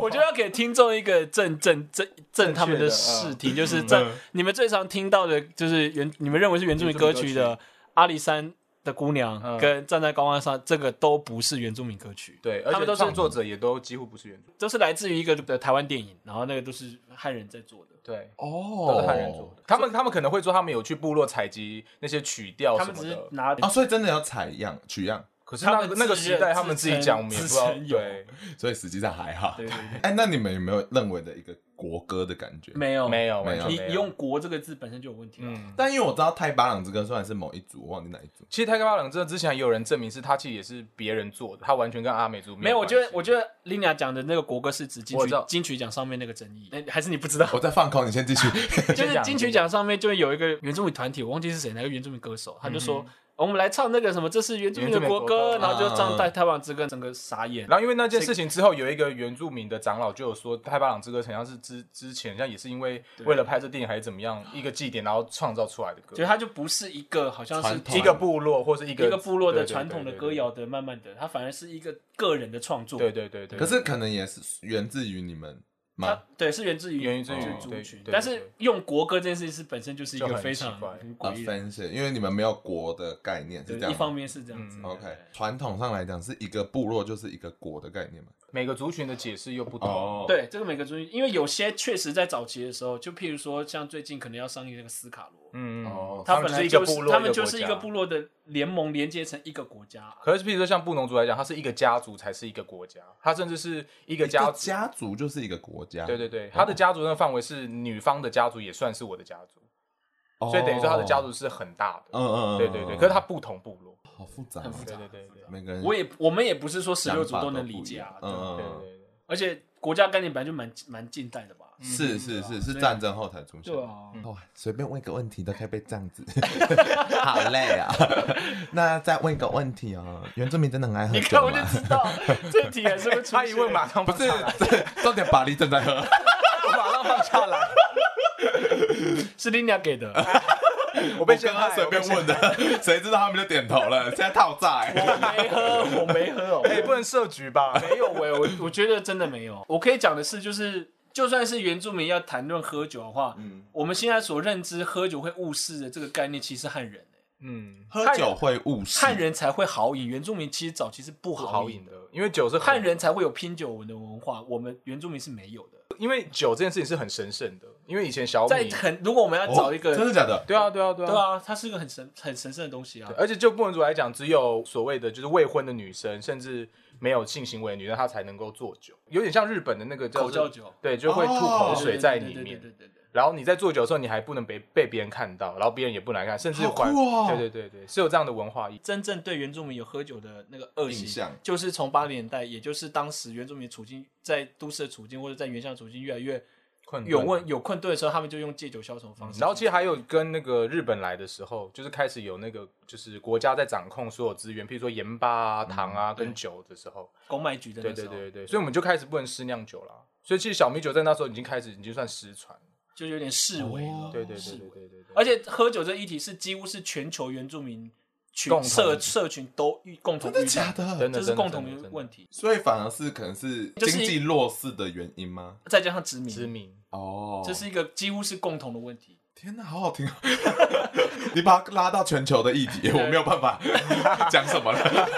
Speaker 3: 我觉得要给听众一个正正正正他们的试听，就是在
Speaker 1: 嗯
Speaker 3: 你们最常听到的，就是原你们认为是原住民歌曲
Speaker 2: 原住民
Speaker 3: 的《阿里山的姑娘》
Speaker 2: 嗯
Speaker 3: 跟《站在高岗上》，这个都不是原住民歌曲，
Speaker 2: 对，而
Speaker 3: 他
Speaker 2: 且
Speaker 3: 们都
Speaker 2: 创
Speaker 3: 是
Speaker 2: 作者也都几乎不是原著，
Speaker 3: 都是来自于一个的台湾电影，然后那个都是汉人在做的，
Speaker 2: 对，都
Speaker 1: 哦
Speaker 2: 是汉人做的。他们他们可能会说他们有去部落采集那些曲调
Speaker 3: 他
Speaker 2: 哦什
Speaker 3: 们
Speaker 2: 么
Speaker 3: 只是
Speaker 2: 的，
Speaker 3: 拿
Speaker 1: 啊，所以真的要采样取样，
Speaker 2: 可是那
Speaker 3: 他们自
Speaker 2: 个
Speaker 3: 认
Speaker 2: 那个时代他们自己讲，我们也不知道
Speaker 3: 自。称有
Speaker 2: 对，
Speaker 1: 所以实际上还好
Speaker 3: 对。对对，
Speaker 1: 哎，那你们有没有认为的一个国歌的感觉？
Speaker 3: 没有
Speaker 2: 没有
Speaker 1: 没
Speaker 2: 完
Speaker 1: 有
Speaker 2: 全
Speaker 3: 你
Speaker 2: 没
Speaker 3: 你
Speaker 2: 有
Speaker 3: 用。“国”这个字本身就有问题了。
Speaker 2: 嗯，
Speaker 1: 但因为我知道泰巴朗之歌虽然是某一组，我忘记哪一组。
Speaker 2: 其实泰戈巴朗这之前也有人证明是他其实也是别人做的，他完全跟阿美族
Speaker 3: 没有，我觉得，
Speaker 2: 得
Speaker 3: 我觉得 Lina 讲的那个国歌是指金
Speaker 2: 我知
Speaker 3: 曲
Speaker 2: 道
Speaker 3: 金曲奖上面那个争议，哎还是你不知道？
Speaker 1: 我在放空，你先继续。
Speaker 3: 就
Speaker 2: 先
Speaker 3: 是
Speaker 2: 讲
Speaker 3: 金曲奖上面就有一个原住民团体，我忘记是谁，哪个原住民歌手，他就说、我们来唱那个什么，这是原住民的国歌，
Speaker 2: 嗯原住民国歌啊
Speaker 3: 然后就
Speaker 1: 嗯
Speaker 3: 唱《带台湾之歌》，整个傻眼。
Speaker 2: 然后因为那件事情之后，有一个原住民的长老就有说，泰巴朗之歌好像是之之前，像也是因为为了拍这电影还是怎么样一个祭典，然后创造出来的歌
Speaker 3: 就，它就不是一个好像
Speaker 1: 传
Speaker 3: 是
Speaker 1: 统
Speaker 2: 一个部落或是一个
Speaker 3: 一个部落的
Speaker 2: 对对对
Speaker 3: 传统的歌谣的，慢慢的，它反而是一个个人的创作。
Speaker 2: 对对对对。对
Speaker 1: 可是可能也是源自于你们
Speaker 3: 它
Speaker 1: 吗？啊
Speaker 3: 对是源自于
Speaker 2: 源自于
Speaker 3: 就是
Speaker 2: 对
Speaker 3: 族
Speaker 2: 对
Speaker 3: 群，
Speaker 2: 对
Speaker 3: 但
Speaker 2: 对
Speaker 3: 是用国歌这件事情是本身就是一
Speaker 2: 就
Speaker 3: 个
Speaker 2: 很
Speaker 3: 非
Speaker 2: 奇
Speaker 3: 常
Speaker 2: 怪
Speaker 3: 很
Speaker 1: 啊
Speaker 3: 诡异的，
Speaker 1: 分析，因为你们没有国的概念，是
Speaker 3: 对
Speaker 1: 这样
Speaker 3: 一
Speaker 1: 吗。
Speaker 3: 方面是这样子。
Speaker 2: 嗯
Speaker 3: 对
Speaker 1: OK，传统上来讲，是一个部落就是一个国的概念嘛。
Speaker 2: 每个族群的解释又不同。
Speaker 3: 对，这个每个族群，因为有些确实在早期的时候，就譬如说像最近可能要上映那个斯卡罗，
Speaker 2: 嗯，嗯
Speaker 1: 哦
Speaker 2: 哦，
Speaker 3: 他
Speaker 2: 们
Speaker 3: 本
Speaker 2: 就是
Speaker 3: 来
Speaker 2: 一个
Speaker 3: 是
Speaker 2: 部落，
Speaker 3: 他们就是一
Speaker 2: 国
Speaker 3: 个
Speaker 2: 家
Speaker 3: 部。落的联盟连接成一个国家。
Speaker 2: 可是，比如说像布农族来讲，它是一个家族才是一个国家，它甚至是一个家哦
Speaker 1: 一个家族就是一个国家。
Speaker 2: 对对对，他的家族那个范围是女方的家族，也算是我的家族，
Speaker 1: 哦，
Speaker 2: 所以等于说他的家族是很大的。
Speaker 1: 嗯，嗯嗯嗯，
Speaker 2: 对对对，可是他不同部落。
Speaker 1: 好复杂哦，
Speaker 3: 很复杂
Speaker 2: 对对对对嗯
Speaker 1: 每个人
Speaker 3: 我也我们也不是说十
Speaker 1: 想
Speaker 3: 六
Speaker 1: 法
Speaker 3: 族
Speaker 1: 不
Speaker 3: 都能
Speaker 1: 一
Speaker 3: 理解
Speaker 1: 样
Speaker 3: 啊，
Speaker 1: 嗯
Speaker 3: 对
Speaker 2: 对
Speaker 1: 嗯
Speaker 2: 对
Speaker 1: 嗯，
Speaker 2: 对
Speaker 3: 而且国家概念本来就蛮蛮近代的吧？
Speaker 2: 嗯
Speaker 1: 是是是是
Speaker 3: 嗯对啊
Speaker 1: 战争后才出现
Speaker 3: 对
Speaker 1: 的。
Speaker 3: 啊，
Speaker 1: 哦，随便问一个问题都可以被这样 子，好累啊！ 那再问一个问题哦，原住民真的很爱喝
Speaker 3: 你看
Speaker 1: 酒
Speaker 3: 我就
Speaker 1: 吗？
Speaker 3: 知道这题还是会
Speaker 2: 嗯
Speaker 3: 出
Speaker 2: 他一
Speaker 3: 现
Speaker 2: 问马上
Speaker 1: 不
Speaker 2: 放
Speaker 1: 是
Speaker 2: 下来，
Speaker 1: 这重点，巴黎正在 喝。
Speaker 2: 我马上放下 来，
Speaker 3: 是 Lina 给的，
Speaker 2: 哎我
Speaker 1: 我
Speaker 2: 被
Speaker 1: 跟
Speaker 2: 陷
Speaker 1: 他
Speaker 2: 害，
Speaker 1: 随便
Speaker 2: 我被陷害
Speaker 1: 问。的， 谁知道他们就点头了，现在套炸欸。
Speaker 3: 我没喝，我没喝哦。
Speaker 2: 哎，不能设局吧？
Speaker 3: 没有喂、我我觉得真的没有。我可以讲的是，就是就算是原住民要谈论喝酒的话，
Speaker 1: 嗯
Speaker 3: 我们现在所认知喝酒会误事的这个概念，其实是汉人、欸、
Speaker 2: 嗯，
Speaker 1: 喝酒会误事，
Speaker 3: 汉人才会好饮，原住民其实早期是不
Speaker 2: 不
Speaker 3: 好
Speaker 2: 好
Speaker 3: 饮
Speaker 2: 饮
Speaker 3: 的
Speaker 2: 的，，因为酒是
Speaker 3: 汉，人才会有拼酒文的文化，我们原住民是没有的。
Speaker 2: 因为酒这件事情是很神圣的，因为以前小
Speaker 3: 在
Speaker 2: 米，
Speaker 3: 很如果我们要
Speaker 1: 哦
Speaker 3: 找一个，
Speaker 1: 真的假的？
Speaker 2: 对啊对啊对啊
Speaker 3: 对啊，它是一个很神很神圣的东西啊
Speaker 2: 对。而且就部分族来讲，只有所谓的就是未婚的女生，甚至没有性行为的女生，她才能够做酒，有点像日本的那个叫
Speaker 3: 口
Speaker 2: 做
Speaker 3: 罩酒，
Speaker 2: 对，就会吐
Speaker 1: 哦
Speaker 2: 口水在
Speaker 3: 对
Speaker 2: 里
Speaker 3: 对对
Speaker 2: 面
Speaker 3: 对。对对对
Speaker 2: 然后你在做酒的时候，你还不能被被别人看到，然后别人也不能来看，甚至
Speaker 1: 好酷
Speaker 2: 还、
Speaker 1: 哦
Speaker 2: 对对对对，是有这样的文化意义。
Speaker 3: 真正对原住民有喝酒的那个恶习
Speaker 1: 印象，
Speaker 3: 就是从八零年代，也就是当时原住民处境在都市的处境或者在原乡的处境越来越
Speaker 2: 困顿
Speaker 3: 有问有困顿的时候，他们就用借酒消愁的方式。
Speaker 2: 然后其实还有跟那个日本来的时候，就是开始有那个就是国家在掌控所有资源，譬如说盐巴啊、糖啊、
Speaker 3: 嗯对
Speaker 2: 跟酒的时候，
Speaker 3: 公卖局的
Speaker 2: 对
Speaker 3: 那
Speaker 2: 对
Speaker 3: 时候，
Speaker 2: 对对对，所以我们就开始不能私酿酒了。啊所以其实小米酒在那时候已经开始已经算失传了，
Speaker 3: 就有点视为了，
Speaker 2: 对对
Speaker 3: 视
Speaker 2: 对
Speaker 3: 为
Speaker 2: 对对对对。
Speaker 3: 而且喝酒这议题是几乎是全球原住民群
Speaker 2: 共同
Speaker 3: 社社群都遇共同
Speaker 1: 真
Speaker 3: 遇到
Speaker 1: 的假，的？
Speaker 2: 真的
Speaker 3: 这是共同
Speaker 2: 真的
Speaker 3: 问题，
Speaker 1: 所以反而是可能是
Speaker 3: 就是
Speaker 1: 经济弱势的原因吗？
Speaker 3: 再加上殖民，
Speaker 2: 知名。
Speaker 1: 哦，
Speaker 3: 这是一个几乎是共同的问题。
Speaker 1: 天哪，好好听哦！ 你把它拉到全球的议题，我没有办法讲什么了。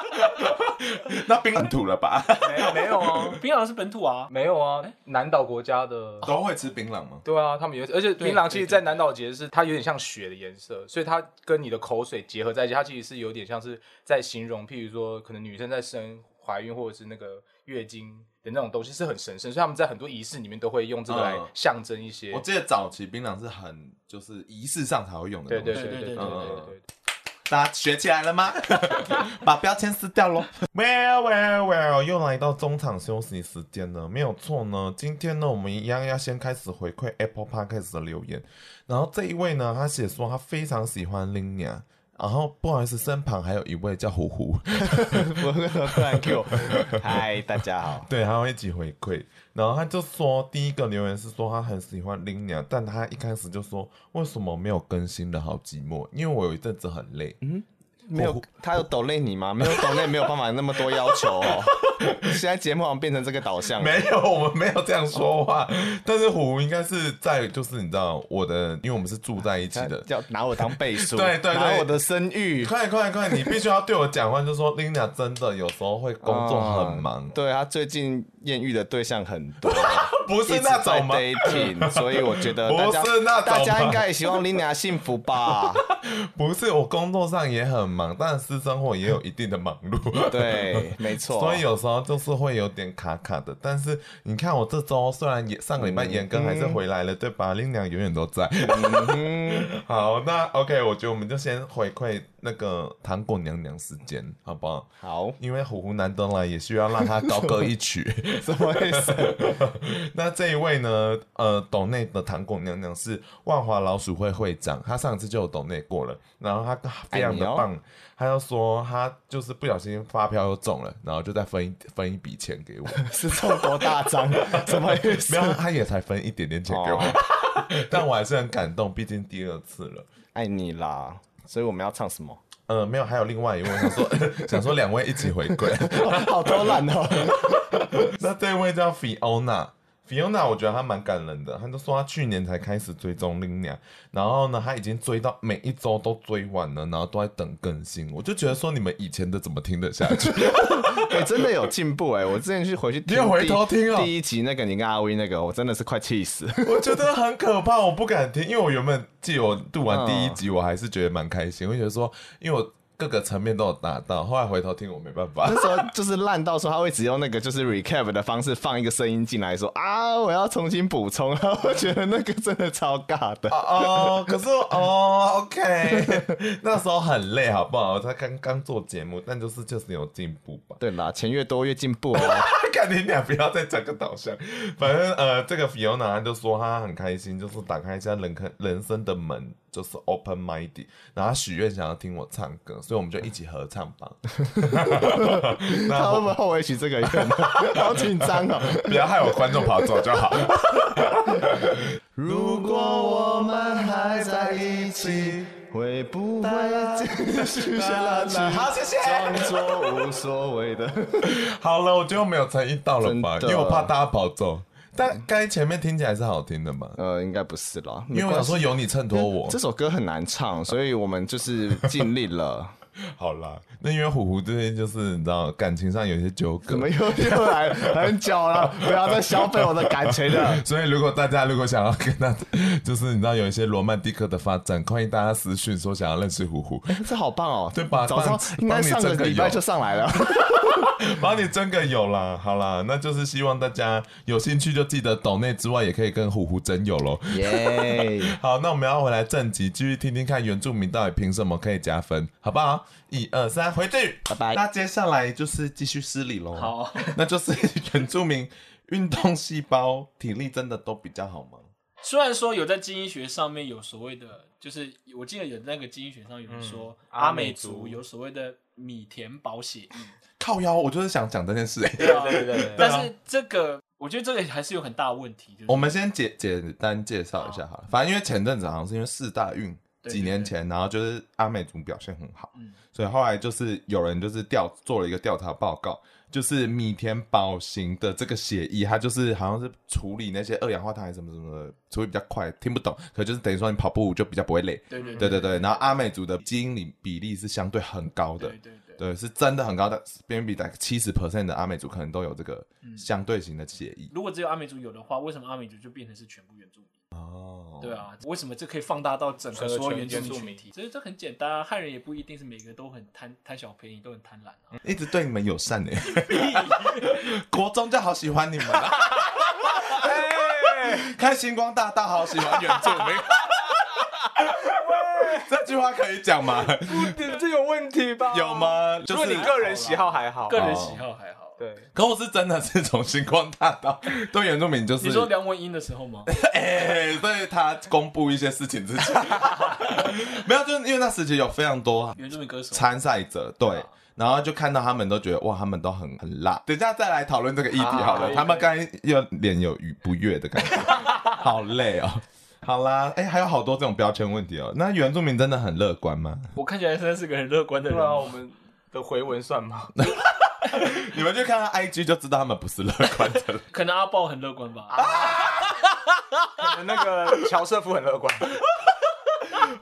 Speaker 1: 那冰很土了吧？
Speaker 2: 没有没有啊，
Speaker 3: 槟榔是本土啊，
Speaker 2: 没有啊，南岛国家的。
Speaker 1: 都会吃槟榔吗？
Speaker 2: 哦对啊，他们有，而且
Speaker 3: 对
Speaker 2: 槟榔其
Speaker 3: 对
Speaker 2: 实，
Speaker 3: 对
Speaker 2: 在南岛节是它有点像血的颜色，所以它跟你的口水结合在一起，它其实是有点像是在形容，譬如说，可能女生在生怀孕或者是那个月经的那种东西是很神圣，所以他们在很多仪式里面都会用这个来
Speaker 1: 嗯
Speaker 2: 象征一些。
Speaker 1: 我记得早期槟榔是很就是仪式上才会用的
Speaker 2: 对
Speaker 1: 东西，
Speaker 2: 对
Speaker 3: 对
Speaker 2: 对对对
Speaker 3: 对对
Speaker 2: 对
Speaker 1: 对
Speaker 2: 对对，
Speaker 1: 大家学起来了吗？ 把标签撕掉喽。Well well well，又来到中场休息时间了，没有错呢。今天呢，我们一样要先开始回馈 Apple Podcast 的留言。然后这一位呢，他写说他非常喜欢 Linia，然后不好意思，身旁还有一位叫虎 虎，
Speaker 4: 我为什么突然 Q？嗨，大家好。
Speaker 1: 对，他会一起回馈。然后他就说，第一个留言是说他很喜欢 Lina，但他一开始就说为什么没有更新了，好寂寞。因为我有一阵子很累，
Speaker 4: 没有，他有抖累你吗？没有抖累，没有办法那么多要求哦。 现在节目好像变成这个导向了，
Speaker 1: 没有，我们没有这样说话。但是虎应该是在，就是你知道我的，因为我们是住在一起的。
Speaker 4: 要拿我当背书，
Speaker 1: 对对对
Speaker 4: 拿我的声誉。
Speaker 1: 快快快！你必须要对我讲话，就说 Lina 真的有时候会工作很忙，
Speaker 4: 嗯对他最近艳遇的对象很 多，
Speaker 1: 不
Speaker 4: 一
Speaker 1: 是
Speaker 4: 直
Speaker 1: 那
Speaker 4: 在
Speaker 1: 种吗？
Speaker 4: dating，所以我觉得大 家
Speaker 1: 不是那种
Speaker 4: 大家
Speaker 1: 吧
Speaker 4: 应该也希望 Lina 幸福吧？
Speaker 1: 不是，我工作上也很忙，但私生活也有一定的忙碌。
Speaker 4: 对，没错。
Speaker 1: 所以有时候就是会有点卡卡的，但是你看我这周虽然也上个礼拜严更还是回来了，对吧？
Speaker 4: 嗯
Speaker 1: 令娘永远都在。 好，那 OK，我觉得我们就先回馈那个糖果娘娘时间，好不好？
Speaker 4: 好，
Speaker 1: 因为虎虎难得来，也需要让他高歌一曲。
Speaker 4: 什么意思？
Speaker 1: 那这一位呢？呃，抖内的糖果娘娘是万华老鼠会会长，她上次就有抖内过了，然后她非常的棒，她就说她就是不小心发票又中了，然后就再分一 分一笔钱给我，
Speaker 4: 是中多大张？什么意思
Speaker 1: 没？有，她也才分一点点钱给我，
Speaker 4: 哦
Speaker 1: 但我还是很感动，毕竟第二次了。
Speaker 4: 爱你啦，所以我们要唱什么？
Speaker 1: 呃，没有，还有另外一位，想说 想说两位一起回馈，
Speaker 4: 好偷懒哦。
Speaker 1: 那这位叫 Fiona。Fiona，我觉得她蛮感人的。她就说她去年才开始追踪 Lina，然后呢，她已经追到每一周都追完了，然后都在等更新。我就觉得说你们以前的怎么听得下去？
Speaker 4: 哎、真的有进步哎、我之前去回去听
Speaker 1: 你有回
Speaker 4: 第
Speaker 1: 头听哦
Speaker 4: 第一集那个你跟阿威那个，我真的是快气死。
Speaker 1: 我觉得很可怕，我不敢听，因为我原本记得我录完第一集，我还是觉得蛮开心，我就觉得说，因为我各个层面都有达到。后来回头听，我没办法。
Speaker 4: 那时候就是烂到说他会只用那个就是 recap 的方式放一个声音进来说啊，我要重新补充，然 后我觉得那个真的超尬的。
Speaker 1: 哦，可是哦，OK，那 时候很累，好不好？他刚刚做节目，但就是就是有进步吧。
Speaker 4: 对啦，钱越多越进步哦。
Speaker 1: 看你俩不要再讲个导向，反正呃，这个 Fiona 她就说她很开心，就是打开一下人坑人生的门，就是 open mind，然后她许愿想要听我唱歌，所以我们就一起合唱 吧。然
Speaker 4: 他会
Speaker 1: 后
Speaker 4: 不会后悔取这个愿 望？好紧张哦。
Speaker 1: 不要害我观众跑走就 好。
Speaker 4: 如果我们还在一起，会不会继续 下去？
Speaker 1: 好谢谢
Speaker 4: 装作无所谓的。
Speaker 1: 好了，我觉得我们有诚意到了吧，因
Speaker 4: 真
Speaker 1: 为
Speaker 4: 的
Speaker 1: 我怕大家跑走。但该前面听起来是好听的嘛，
Speaker 4: 呃，应该不是啦，
Speaker 1: 因为我想说有你衬托我
Speaker 4: 这。首歌很难唱，所以我们就是尽力了。
Speaker 1: 好啦，那因为虎虎最近就是你知道感情上有一些纠葛
Speaker 4: 怎，么又又来很久了？不要再消费我的感情了。
Speaker 1: 所以，如果大家如果想要跟他，就是你知道有一些罗曼蒂克的发展，欢迎大家私讯说想要认识虎虎，
Speaker 4: 这好棒哦！
Speaker 1: 对吧
Speaker 4: 早上
Speaker 1: 帮
Speaker 4: 应该上个
Speaker 1: 帮你这个
Speaker 4: 礼拜
Speaker 1: 有
Speaker 4: 就上来 了。
Speaker 1: 帮你争个友啦。好啦，那就是希望大家有兴趣就记得抖内之外，也可以跟虎虎争友喽。
Speaker 4: 耶！
Speaker 1: 好，那我们要回来正集，继续听听看原住民到底凭什么可以加分，好不好？一二三，回去，
Speaker 4: 拜拜
Speaker 1: 那接下来就是继续失礼喽。
Speaker 3: 好，
Speaker 1: 那就是 原住民运动细胞体力真的都比较好吗？
Speaker 3: 虽然说有在基因学上面有所谓的，就是我记得有那个基因学上有人说、阿
Speaker 2: 阿美
Speaker 3: 美
Speaker 2: 族
Speaker 3: 族有所谓的米田饱血疫，
Speaker 1: 靠腰，我就是想讲这件事、欸。
Speaker 3: 对啊
Speaker 2: 对对对对，
Speaker 3: 但是这个我觉得这个还是有很大的问题，就是
Speaker 1: 我们先简简单介绍一下好了，反正因为前阵子好像是因为四大运
Speaker 3: 对
Speaker 1: 几年前，然后就是阿美族表现很好，
Speaker 3: 嗯
Speaker 1: 所以后来就是有人就是调做了一个调查报告，就是米田宝型的这个协议，它就是好像是处理那些二氧化碳还是什么什么的，处理比较快，听不懂，可就是等于说你跑步就比较不会累，
Speaker 3: 对对
Speaker 1: 对对对，然后阿美族的基因里比例是相对很高的
Speaker 3: 对，对对，
Speaker 1: 对，是真的很高的，别人比在七十 percent 的阿美族可能都有这个
Speaker 3: 嗯
Speaker 1: 相对型的协议
Speaker 3: 如果只有阿美族有的话，为什么阿美族就变成是全部原住民？
Speaker 1: 哦，
Speaker 3: 对啊，为什么这可以放大到整个所有原住
Speaker 2: 整个
Speaker 3: 民
Speaker 2: 全
Speaker 3: 群体？所以这很简单啊，汉人也不一定是每个都很贪贪小便宜，都很贪婪啊。
Speaker 1: 一直对你们友善呢、 国中就好喜欢你们 了、看星光大道好喜欢原住民。这句话可以讲吗？
Speaker 2: 这有问题吧
Speaker 1: 有？吗？就
Speaker 2: 如果
Speaker 1: 是
Speaker 2: 你个人喜好还好，
Speaker 3: 个人喜好还好，
Speaker 2: 对，
Speaker 1: 可我是真的是从星光大道对原住民就是
Speaker 3: 你说梁文音的时候吗？
Speaker 1: 哎、所以他公布一些事情之前， 没有，就是因为那时期有非常多
Speaker 3: 原住民歌手，
Speaker 1: 参赛者，对，
Speaker 3: 啊
Speaker 1: 然后就看到他们都觉得哇，他们都很很辣。等一下再来讨论这个议题好
Speaker 3: 好
Speaker 1: 了，
Speaker 3: 可以
Speaker 1: 他们刚才又脸有愉不悦的感觉， 好累哦。好啦，哎、还有好多这种标签问题哦。那原住民真的很乐观吗？
Speaker 3: 我看起来真的是个很乐观的
Speaker 2: 不
Speaker 3: 人。
Speaker 2: 然啊我们的回文算吗？
Speaker 1: 你们去看他 IG 就知道他们不是乐观的 人。
Speaker 3: 可能阿豹很乐观吧。
Speaker 2: 那个乔瑟夫很乐观，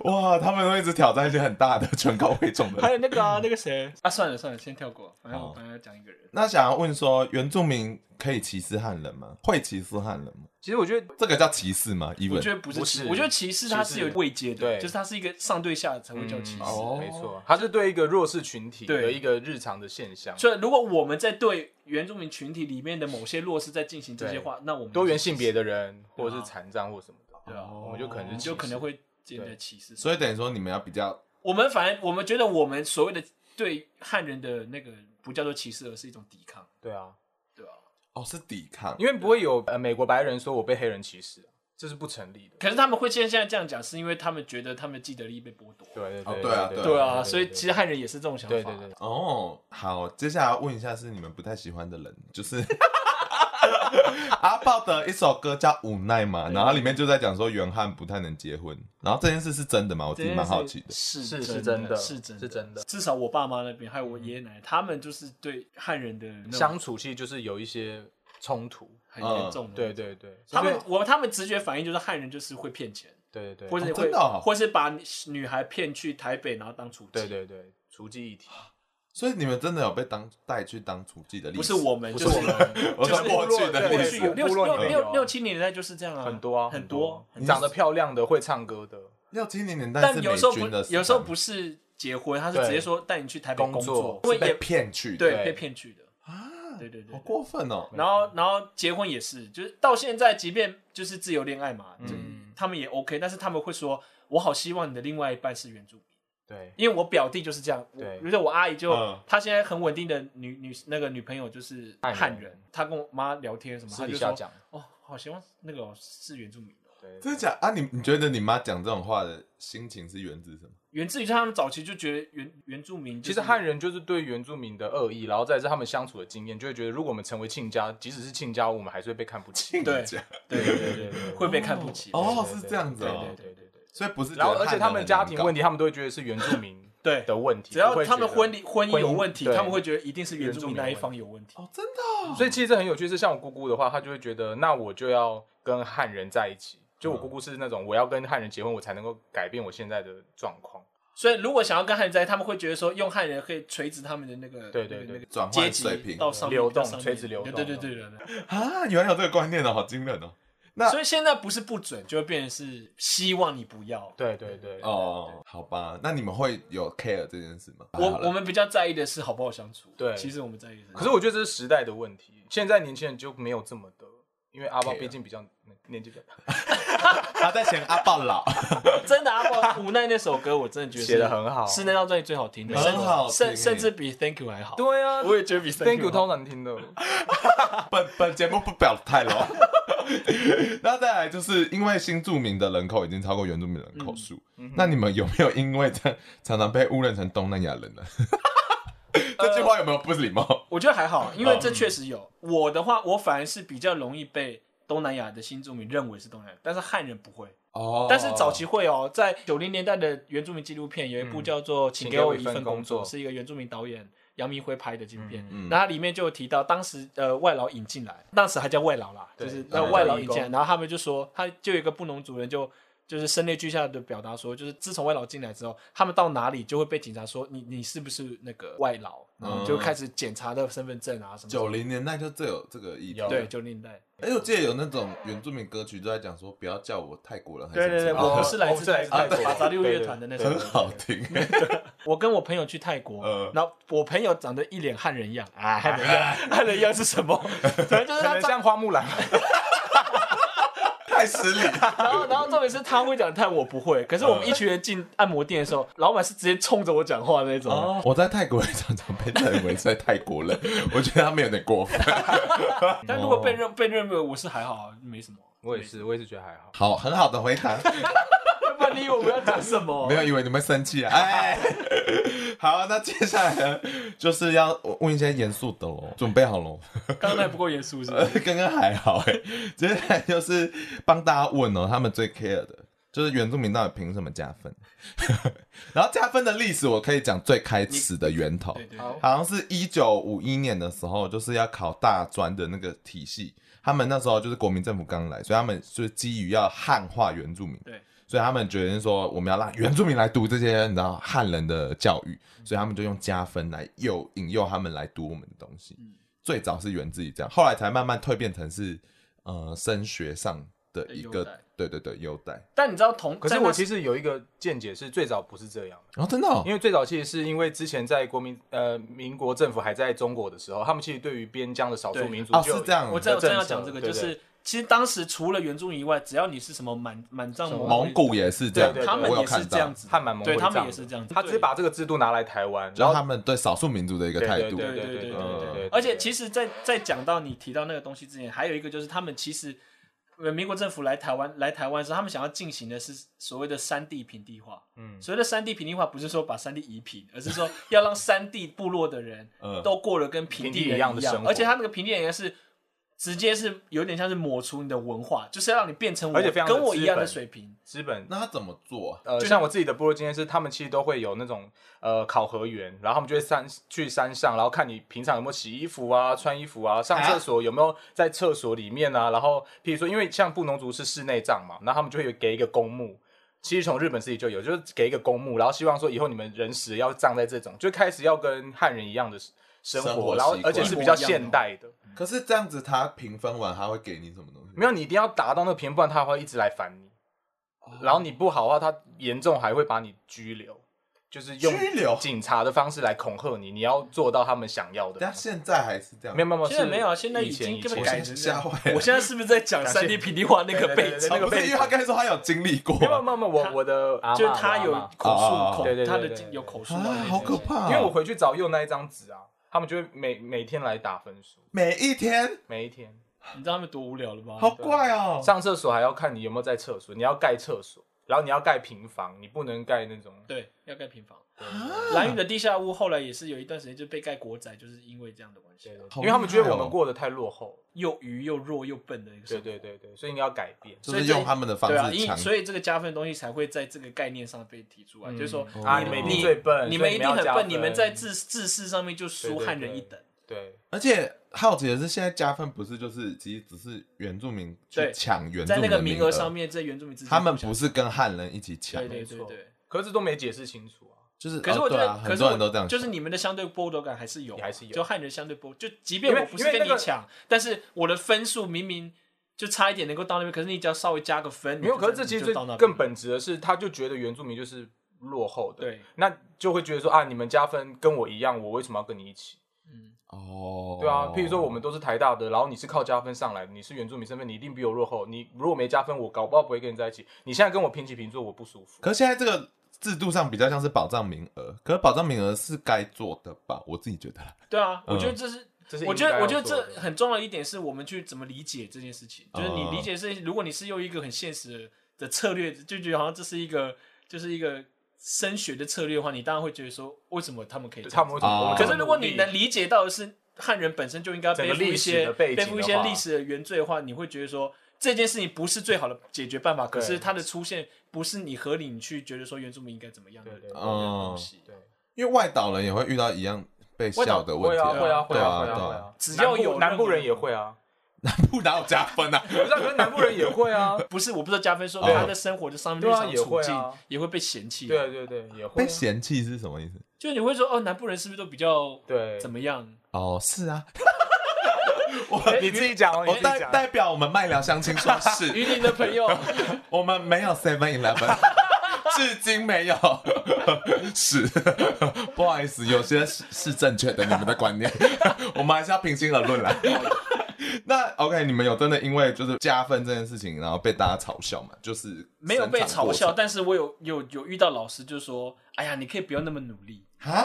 Speaker 1: 哇，他们会一直挑战一些很大的权高会重的
Speaker 3: 还
Speaker 1: 人。
Speaker 3: 有那个啊，那个谁啊，算了算了，先跳过。反正我
Speaker 1: 好
Speaker 3: 本来要讲一个人，
Speaker 1: 那想要问说，原住民可以歧视汉人吗？会歧视汉人吗？
Speaker 2: 其实我觉得
Speaker 1: 这个叫歧视吗？疑
Speaker 3: 我
Speaker 1: 问
Speaker 3: 觉。得不是
Speaker 2: 不
Speaker 3: 歧
Speaker 2: 是
Speaker 3: 我觉得歧视它是有位阶的，
Speaker 2: 对
Speaker 3: 就是它是一个上对下才会叫歧视。
Speaker 2: 嗯
Speaker 1: 哦
Speaker 2: 没错，它是对一个弱势群体
Speaker 3: 对
Speaker 2: 的一个日常的现象。
Speaker 3: 所以如果我们在对原住民群体里面的某些弱势在进行这些话，那我们
Speaker 2: 多元性别的人，或者
Speaker 3: 对
Speaker 2: 是
Speaker 3: 啊
Speaker 2: 残障或什么的，
Speaker 3: 对啊，
Speaker 2: 我们就可
Speaker 3: 我
Speaker 2: 能
Speaker 3: 们
Speaker 2: 是
Speaker 3: 就可能
Speaker 2: 会
Speaker 3: 会变得歧视。
Speaker 1: 所以等于说你们要比较
Speaker 3: 我们反正我们觉得我们所谓的对汉人的那个不叫做歧视，而是一种抵抗，
Speaker 2: 对啊，
Speaker 3: 对吧、
Speaker 1: 哦，是抵抗，
Speaker 2: 因为不会有呃美国白人说我被黑人歧视，这是不成立的。
Speaker 3: 可是他们会现在现在这样讲，是因为他们觉得他们既得利益被剥夺。
Speaker 2: 对对
Speaker 1: 哦
Speaker 2: 对
Speaker 1: 对啊
Speaker 3: 对啊，所以其实汉人也是这种想法。
Speaker 2: 对对对，对
Speaker 1: 哦。好，接下来要问一下是你们不太喜欢的人，就是 阿豹的一首歌叫《无奈》嘛，然后里面就在讲说原汉不太能结婚，然后这件事是真的吗？我自己蛮好奇的。
Speaker 3: 是
Speaker 2: 是
Speaker 3: 是
Speaker 2: 是真的
Speaker 3: 是真
Speaker 2: 是真的
Speaker 3: 至少我爸妈那边还有我爷爷奶奶，他们就是对汉人的那种
Speaker 2: 相处其实就是有一些冲突。
Speaker 3: 很严重的。
Speaker 2: 嗯对，对对，
Speaker 3: 嗯他们
Speaker 2: 所以
Speaker 3: 我他们直觉反应就是汉人就是会骗钱，
Speaker 2: 对对对，
Speaker 3: 或者
Speaker 1: 哦
Speaker 3: 会
Speaker 1: 真的哦
Speaker 3: 或是把女孩骗去台北，然后当雏妓。
Speaker 2: 对对对，除记一体，
Speaker 1: 所以你们真的有被当带去当厨妓的历史？
Speaker 3: 不是我们，
Speaker 2: 不
Speaker 3: 就是
Speaker 2: 我们，
Speaker 1: 我
Speaker 3: 就是
Speaker 1: 说过去的
Speaker 3: 过
Speaker 1: 历
Speaker 3: 去
Speaker 1: 史
Speaker 3: 有六
Speaker 2: 部落
Speaker 3: 六
Speaker 2: 里面有
Speaker 3: 六
Speaker 2: 啊
Speaker 3: 六七年代就是这样啊，
Speaker 2: 很多啊，
Speaker 3: 很
Speaker 2: 多
Speaker 3: 多，。
Speaker 2: 你长得漂亮的，会唱歌的，
Speaker 1: 六七零年代
Speaker 3: 但
Speaker 1: 是
Speaker 3: 有
Speaker 1: 美
Speaker 3: 时候
Speaker 1: 军
Speaker 3: 不
Speaker 1: 的，
Speaker 3: 有时候
Speaker 1: 时
Speaker 3: 不是结婚，他是
Speaker 2: 对
Speaker 3: 直接说带你去台北
Speaker 2: 工作
Speaker 3: 作，
Speaker 1: 候
Speaker 3: 会
Speaker 1: 是被
Speaker 3: 也
Speaker 1: 骗去的
Speaker 3: 对
Speaker 2: 对
Speaker 3: 被骗去的。
Speaker 1: 啊，
Speaker 3: 对对对
Speaker 1: 好过分哦。
Speaker 3: 然后，然后结婚也是，就是到现在，即便就是自由恋爱嘛，就他们也 OK，但是他们会说，我好希望你的另外一半是原住民，
Speaker 2: 对
Speaker 3: 因为我表弟就是这样，我
Speaker 2: 对
Speaker 3: 比如说我阿姨就，
Speaker 1: 嗯
Speaker 3: 她现在很稳定的女女那个女朋友就是
Speaker 2: 汉
Speaker 3: 汉
Speaker 2: 人
Speaker 3: 人，她跟我妈聊天什么，
Speaker 2: 私
Speaker 3: 她
Speaker 2: 底
Speaker 3: 就
Speaker 2: 下
Speaker 3: 说，
Speaker 2: 讲，
Speaker 3: 哦，好希望那个哦是原住民的，
Speaker 2: 对，
Speaker 1: 真的假啊？你你觉得你妈讲这种话的心情是源自什么？
Speaker 3: 源自于他们早期就觉得原原住民、
Speaker 2: 其实汉人就是对原住民的恶意，然后再是他们相处的经验，就会觉得如果我们成为亲家，即使是亲家，我们还是会被看不起。
Speaker 3: 对
Speaker 1: 这样
Speaker 3: 对
Speaker 2: 对
Speaker 3: 对
Speaker 2: 对对
Speaker 3: 对
Speaker 2: 对，
Speaker 3: 会被看不起，
Speaker 1: 哦，
Speaker 2: 对
Speaker 1: 是这样子
Speaker 2: 对
Speaker 1: 哦
Speaker 2: 对。对对对。
Speaker 1: 所以不是觉得
Speaker 2: 然后而且
Speaker 1: 汉
Speaker 2: 他
Speaker 1: 人
Speaker 2: 们
Speaker 1: 很
Speaker 2: 家
Speaker 1: 难
Speaker 2: 庭
Speaker 1: 搞
Speaker 2: 问题，他们都会觉得是原住民
Speaker 3: 对
Speaker 2: 的问题，
Speaker 3: 只要
Speaker 2: 不会
Speaker 3: 他们
Speaker 2: 觉得
Speaker 3: 婚礼婚姻有问题，
Speaker 2: 对
Speaker 3: 他们会觉得一定是原
Speaker 2: 原
Speaker 3: 住
Speaker 2: 住
Speaker 3: 民
Speaker 2: 民
Speaker 3: 那一
Speaker 2: 有问
Speaker 3: 方有问题。
Speaker 1: 哦，真的哦
Speaker 2: 所以其实这很有趣，是像我姑姑的话，她就会觉得，那我就要跟汉人在一起。就我姑姑是那种，我要跟汉人结婚，我才能够改变我现在的状况。
Speaker 3: 所以如果想要跟汉人在一起，他们会觉得说用汉人可以垂直他们的那个
Speaker 2: 对对对
Speaker 3: 那个那个
Speaker 1: 转
Speaker 3: 阶
Speaker 1: 换
Speaker 3: 级
Speaker 1: 水平
Speaker 3: 到上面
Speaker 2: 流动
Speaker 3: 到上面
Speaker 2: 垂直流动
Speaker 3: 对对对对对对。
Speaker 1: 啊，原来有这个观念哦，好惊人哦。那
Speaker 3: 所以现在不是不准，就会变成是希望你不要。
Speaker 2: 对对对，
Speaker 1: 哦，好吧，那你们会有 care 这件事吗？
Speaker 3: 我
Speaker 1: 哎好了
Speaker 3: 我们比较在意的是好不好相处。
Speaker 2: 对
Speaker 3: 其实我们在意的是。
Speaker 2: 可是我觉得这是时代的问题，现在年轻人就没有这么的，因为阿豹
Speaker 1: Care
Speaker 2: 毕竟比较年年纪比较大，
Speaker 3: 啊
Speaker 1: 他在嫌阿豹老，
Speaker 3: 真的啊阿豹无奈那首歌，我真的觉 得是
Speaker 2: 写得很好
Speaker 3: 是那张专辑最好听的，
Speaker 1: 很
Speaker 3: 甚至
Speaker 1: 好听
Speaker 3: 甚甚至比 Thank You 还好。
Speaker 2: 对啊，
Speaker 3: 我也觉得比 Thank
Speaker 2: Thank
Speaker 3: You
Speaker 2: you
Speaker 3: 好
Speaker 2: 超难听的，
Speaker 1: 本本节目不表态了。 那再来就是因为新住民的人口已经超过原住民人口数，
Speaker 3: 嗯
Speaker 1: 那你们有没有因为这常常被误认成东南亚人呢？ 这句话有没有不礼貌？
Speaker 3: 我觉得还好，因为这确实有。我的话，我反而是比较容易被东南亚的新住民认为是东南亚，但是汉人不会。
Speaker 1: 哦
Speaker 3: 呃但是早期会哦，在九零年代的原住民纪录片有一部叫做嗯《请给我一份工作》，嗯是一个原住民导演杨明辉拍的纪录片。那它里面就有提到，当时呃外劳引进来，当时还叫外劳啦，就
Speaker 2: 对
Speaker 3: 是
Speaker 2: 当
Speaker 3: 呃
Speaker 1: 时
Speaker 3: 外
Speaker 2: 叫
Speaker 3: 劳
Speaker 2: 义
Speaker 3: 引进来，
Speaker 2: 工
Speaker 3: 然后他们就说，他就有一个布农族人就。就是声泪俱下的表达说，就是自从外劳进来之后，他们到哪里就会被警察说你你是不是那个外劳，然后就开始检查的身份证啊什么什
Speaker 1: 九
Speaker 3: 么。
Speaker 1: 零年代就最有这个意见。
Speaker 2: 有
Speaker 3: 对，九零年代。
Speaker 1: 哎，我记得有那种原住民歌曲都在讲说，不要叫我泰国人还是
Speaker 3: 对对对，
Speaker 1: 什么啊
Speaker 2: 哦
Speaker 3: 我是来
Speaker 2: 我
Speaker 3: 自
Speaker 2: 是来自
Speaker 3: 泰
Speaker 2: 泰
Speaker 3: 国
Speaker 2: 国
Speaker 3: 法扎利
Speaker 2: 对对
Speaker 3: 乐团的那首
Speaker 1: 很
Speaker 3: 歌。
Speaker 1: 好听。
Speaker 3: 我跟我朋友去泰国
Speaker 1: 嗯，
Speaker 3: 然后我朋友长得一脸汉人样，啊，汉 人样，汉人样是什么？反正就是
Speaker 2: 可
Speaker 3: 他
Speaker 2: 能
Speaker 3: 长，
Speaker 2: 像花木兰，
Speaker 1: 太太失礼。
Speaker 3: 然后，然后重点是他会讲，但我不会。可是我们一群人进按摩店的时候，老板是直接冲着我讲话的那种。
Speaker 1: 我在泰国也常常被认为在泰国人， 我觉得他们有点过分。
Speaker 3: 但如果被认被认为我是还好啊，没什么。
Speaker 2: 我也是，我也是觉得还好。
Speaker 1: 好，很好的回 答，
Speaker 3: 不然你以为我们要讲什么？
Speaker 1: 没有以为你们会生气啊。哎， 好，那接下来呢就是要问一些严肃的喽，准备好喽。
Speaker 3: 刚刚那不够严肃是不
Speaker 1: 呃
Speaker 3: 是？，
Speaker 1: 刚刚还好哎、接下来就是帮大家问哦，他们最 care 的就是原住民到底凭什么加分？ 然后加分的历史我可以讲最开始的源头，
Speaker 3: 对对
Speaker 2: 好
Speaker 3: 对，
Speaker 1: 好像是一九五一年的时候，就是要考大专的那个体系，他们那时候就是国民政府刚来，所以他们就是基于要汉化原住民，
Speaker 3: 对，
Speaker 1: 所以他们决定说我们要让原住民来读这些你知道汉人的教育，
Speaker 3: 嗯
Speaker 1: 所以他们就用加分来诱引诱他们来读我们的东西。
Speaker 3: 嗯
Speaker 1: 最早是源自于这样，后来才慢慢蜕变成是呃升学上的一
Speaker 3: 优
Speaker 1: 个
Speaker 3: 待
Speaker 1: 对对对优待。
Speaker 3: 但你知道同，
Speaker 2: 可
Speaker 3: 在
Speaker 2: 是
Speaker 3: 那
Speaker 2: 我其实有一个见解是，最早不是这样的，
Speaker 1: 然、哦、后真的、哦
Speaker 2: 因，为最早其实是因为之前在国民呃民国政府还在中国的时候，他们其实对于边疆的少数
Speaker 3: 对
Speaker 2: 民族
Speaker 1: 哦
Speaker 2: 就是
Speaker 1: 这样
Speaker 3: 我正
Speaker 2: 的
Speaker 3: 正要
Speaker 2: 政策
Speaker 3: 讲这个，
Speaker 2: 对
Speaker 3: 就
Speaker 2: 对
Speaker 3: 是其实当时除了原住民以外，只要你是什么满满藏
Speaker 2: 什么
Speaker 1: 蒙古也是这样，
Speaker 2: 对对对
Speaker 3: 他们
Speaker 1: 我有
Speaker 3: 也是
Speaker 1: 看
Speaker 3: 这样
Speaker 1: 到，
Speaker 3: 子的，
Speaker 2: 汉满蒙
Speaker 3: 对
Speaker 2: 回
Speaker 3: 他们
Speaker 2: 藏
Speaker 3: 也是这样子，
Speaker 2: 他只是把这个制度拿来台湾，
Speaker 1: 然
Speaker 2: 然
Speaker 1: 后
Speaker 2: 后
Speaker 1: 他们对少数民族的一个
Speaker 2: 对
Speaker 1: 态
Speaker 2: 对
Speaker 1: 度。
Speaker 3: 对
Speaker 2: 对
Speaker 3: 对
Speaker 2: 对
Speaker 3: 对对
Speaker 1: 对
Speaker 3: 对
Speaker 1: 对
Speaker 3: 对。而且其实在，在讲到你提到那个东西之前，还有一个就是他们其实，呃，民国政府来台湾来台湾的时候，他们想要进行的是所谓的山地平地化。
Speaker 2: 嗯
Speaker 3: 所谓的山地平地化，不是说把山地夷平，而是说要让山地部落的人
Speaker 1: 嗯
Speaker 3: 都过得跟平地
Speaker 2: 平
Speaker 3: 人
Speaker 2: 地一样的生活
Speaker 3: 而且他那个平地人是。直接是有点像是抹除你的文化，就是要让你变成我
Speaker 2: 而且非常的
Speaker 3: 跟我一样的
Speaker 2: 资
Speaker 3: 水平。
Speaker 2: 资本
Speaker 1: 那他怎么做啊？
Speaker 2: 呃，就像我自己的部落经验是，他们其实都会有那种呃考核员，然后他们就会山去山上，然后看你平常有没有洗衣服啊、穿衣服啊、上厕所有没有在厕所里面啊，然后譬如说，因为像布农族是室内葬嘛，然后他们就会有给一个公墓。其实从日本自己就有，就是给一个公墓，然后希望说以后你们人死要葬在这种，就开始要跟汉人一样的生活，
Speaker 1: 生活
Speaker 2: 然后
Speaker 1: 习惯
Speaker 2: 而且是比较现代的，
Speaker 1: 可是这样子，他评分完他会给你什么东西？
Speaker 2: 没有你一定要达到那个平衡，不然他会一直来烦你。
Speaker 1: 哦
Speaker 2: 然后你不好的话，他严重还会把你拘留，就是用
Speaker 1: 拘留
Speaker 2: 警察的方式来恐吓你，你要做到他们想要的
Speaker 1: 但。现在还是这样。
Speaker 2: 没有没有，有
Speaker 3: 现在
Speaker 2: 是
Speaker 3: 没有啊，现在
Speaker 2: 以
Speaker 3: 已
Speaker 2: 前
Speaker 3: 经
Speaker 2: 以
Speaker 3: 根
Speaker 2: 前
Speaker 3: 本
Speaker 1: 以
Speaker 3: 改
Speaker 1: 前
Speaker 3: 成这样
Speaker 1: 吓坏了
Speaker 3: 我现在是不是 在讲山地平地化那个
Speaker 2: 对对
Speaker 3: 背
Speaker 2: 对
Speaker 3: 景
Speaker 2: 那？个
Speaker 1: 哦不是因为他刚才说他有经历过，啊
Speaker 2: 没有没有没有，我我的阿嬷
Speaker 3: 就是他有
Speaker 2: 我阿嬷
Speaker 3: 口
Speaker 1: 哦哦哦
Speaker 3: 述口
Speaker 2: 对对，对
Speaker 3: 他的
Speaker 2: 对对
Speaker 3: 有口述
Speaker 1: 啊
Speaker 3: 到那，边
Speaker 1: 好可怕、啊！
Speaker 2: 因为我回去找用那一张纸啊，他们就会每每天来打分数，
Speaker 1: 每一天
Speaker 2: 每一天
Speaker 3: 你知道他们多无聊了吗？
Speaker 1: 好怪
Speaker 3: 啊
Speaker 1: 哦、
Speaker 2: 上厕所还要看你有没有在厕所，你要盖厕所，然后你要盖平房，你不能盖那种。
Speaker 1: 啊
Speaker 3: 对，要盖平房。蓝屿的地下屋后来也是有一段时间就被盖国宅，就是因为这样的关系啊
Speaker 2: 对，对
Speaker 1: 好
Speaker 2: 对因为他们觉得
Speaker 1: 厉害
Speaker 2: 我
Speaker 1: 哦
Speaker 2: 们过得太落后。
Speaker 3: 又愚又弱又笨的一个生
Speaker 2: 对
Speaker 3: 活。
Speaker 2: 对对对，所以应该要改变。
Speaker 1: 就
Speaker 3: 所
Speaker 1: 是
Speaker 3: 以这
Speaker 1: 用他们的方
Speaker 3: 对啊，
Speaker 1: 式
Speaker 3: 因
Speaker 1: 强。
Speaker 3: 所以这个加分的东西才会在这个概念上被提出来，就是说
Speaker 1: 哦
Speaker 2: 啊，
Speaker 1: 你
Speaker 2: 你们一
Speaker 1: 你
Speaker 2: 定最笨，
Speaker 3: 嗯你
Speaker 2: 所
Speaker 3: 们
Speaker 2: 以
Speaker 3: 一定
Speaker 2: 要
Speaker 3: 很
Speaker 2: 加
Speaker 3: 笨，你们在
Speaker 2: 分
Speaker 3: 知知识上面就输
Speaker 2: 对对
Speaker 3: 汉人
Speaker 2: 对
Speaker 3: 一等。
Speaker 2: 对
Speaker 1: 而且好奇的是，现在加分不是就是其实只是原住民去
Speaker 3: 对
Speaker 1: 抢原住
Speaker 3: 在
Speaker 1: 民
Speaker 3: 那
Speaker 1: 的
Speaker 3: 个名额
Speaker 1: 额
Speaker 3: 上，面，在原住民之间
Speaker 1: 他们
Speaker 3: 互相
Speaker 1: 不是跟汉人一起抢
Speaker 3: 对，对
Speaker 2: 没
Speaker 3: 对
Speaker 2: 错
Speaker 3: 对。
Speaker 2: 可是都没解释清楚啊，
Speaker 1: 就是
Speaker 3: 可是我
Speaker 1: 哦
Speaker 3: 觉
Speaker 1: 对
Speaker 3: 得，
Speaker 1: 啊，
Speaker 3: 可
Speaker 1: 很
Speaker 3: 是
Speaker 1: 多
Speaker 3: 我
Speaker 1: 人都这样想，
Speaker 3: 就是你们的相对剥夺感还是有啊，
Speaker 2: 也还是有
Speaker 3: 就汉人相对剥，就即便
Speaker 2: 因为
Speaker 3: 我不是
Speaker 2: 因为
Speaker 3: 跟
Speaker 2: 那
Speaker 3: 你
Speaker 2: 个
Speaker 3: 抢，但是我的分数明明就差一点能够到那边，可是你只要稍微加个分，
Speaker 2: 没有。
Speaker 3: 你就
Speaker 2: 可是这其
Speaker 3: 你
Speaker 2: 实
Speaker 3: 就到
Speaker 2: 最
Speaker 3: 那边
Speaker 2: 更本质的是，他就觉得原住民就是落后的，，
Speaker 3: 对，
Speaker 2: 那就会觉得说啊，你们加分跟我一样，我为什么要跟你一起？
Speaker 1: 哦，
Speaker 2: 对啊，譬如说我们都是台大的，然后你是靠加分上来的，你是原住民身份，你一定比我落后。你如果没加分，我搞不好不会跟你在一起。你现在跟我平起平坐，我不舒服。
Speaker 1: 可是现在这个制度上比较像是保障名额，可是保障名额是该做的吧？我自己觉得啦。
Speaker 3: 对啊，
Speaker 1: 嗯
Speaker 3: 我觉得这是。
Speaker 2: 这是
Speaker 3: 我觉
Speaker 2: 应该
Speaker 3: 得，
Speaker 2: 要
Speaker 3: 我觉得
Speaker 2: 做的
Speaker 3: 这很重要的一点是我们去怎么理解这件事情。就是你
Speaker 1: 哦
Speaker 3: 理解的事情，如果你是用一个很现实的策略，就觉得好像这是一个就是一个升学的策略的话，你当然会觉得说，为什么他们可以这样子？
Speaker 2: 他们会怎么
Speaker 1: 哦
Speaker 2: 我们
Speaker 3: 啊可
Speaker 2: 怎么
Speaker 3: 是如果
Speaker 2: 努
Speaker 3: 你
Speaker 2: 力
Speaker 3: 能理解到的是汉人本身就应该背
Speaker 2: 整
Speaker 3: 负
Speaker 2: 个历
Speaker 3: 一
Speaker 2: 史
Speaker 3: 些
Speaker 2: 的背景
Speaker 3: 背负一些
Speaker 2: 的话
Speaker 3: 历史的原罪的话，你会觉得说这件事情不是最好的解决办法，可
Speaker 2: 对
Speaker 3: 是它的出现不是你合理你去觉得说原住民应该怎么样的
Speaker 2: 对对
Speaker 1: 嗯
Speaker 2: 对哦
Speaker 3: 东西。
Speaker 2: 对，
Speaker 1: 因为外岛人也会遇到一样被笑的问
Speaker 2: 会
Speaker 1: 题
Speaker 2: 啊
Speaker 1: 啊，
Speaker 2: 会啊会
Speaker 1: 对
Speaker 2: 啊
Speaker 1: 啊
Speaker 2: 会
Speaker 1: 对
Speaker 2: 啊会
Speaker 1: 啊
Speaker 2: 啊，，
Speaker 3: 只要有
Speaker 2: 南部南部
Speaker 3: 任何
Speaker 2: 人也会啊。
Speaker 1: 不哪有加分啊？
Speaker 2: 不是啊，可是南部人也会 啊。
Speaker 3: 不是，我不知道加分说
Speaker 1: 对
Speaker 3: 他在生活的上面
Speaker 2: 哦对
Speaker 3: 日
Speaker 2: 啊
Speaker 3: 常
Speaker 2: 也
Speaker 3: 处
Speaker 2: 会
Speaker 3: 境
Speaker 2: 啊
Speaker 3: 也会被嫌弃。
Speaker 2: 对，对对，也会啊、
Speaker 1: 被嫌弃是什么意思？
Speaker 3: 就你会说哦，南部人是不是都比较
Speaker 2: 对
Speaker 3: 怎 么样？
Speaker 1: 哦，是啊，
Speaker 2: 你自己讲哦，你
Speaker 1: 我
Speaker 2: 自己
Speaker 1: 代
Speaker 2: 讲。
Speaker 1: 代表我们麦聊相亲说
Speaker 3: 与
Speaker 1: 是，
Speaker 3: 你的朋友
Speaker 1: 我们没有 Seven Eleven，至今没有， 是， 不 好意思，有些是是正确的，你们的观念，我们还是要平心而论啦。 那 OK，你们有真的因为就是加分这件事情，然后被大家嘲笑吗？就是
Speaker 3: 没有被
Speaker 1: 生产
Speaker 3: 嘲
Speaker 1: 过
Speaker 3: 笑，
Speaker 1: 程
Speaker 3: 但是我有有有遇到老师就说，哎呀，你可以不要那么努力。
Speaker 1: 啊？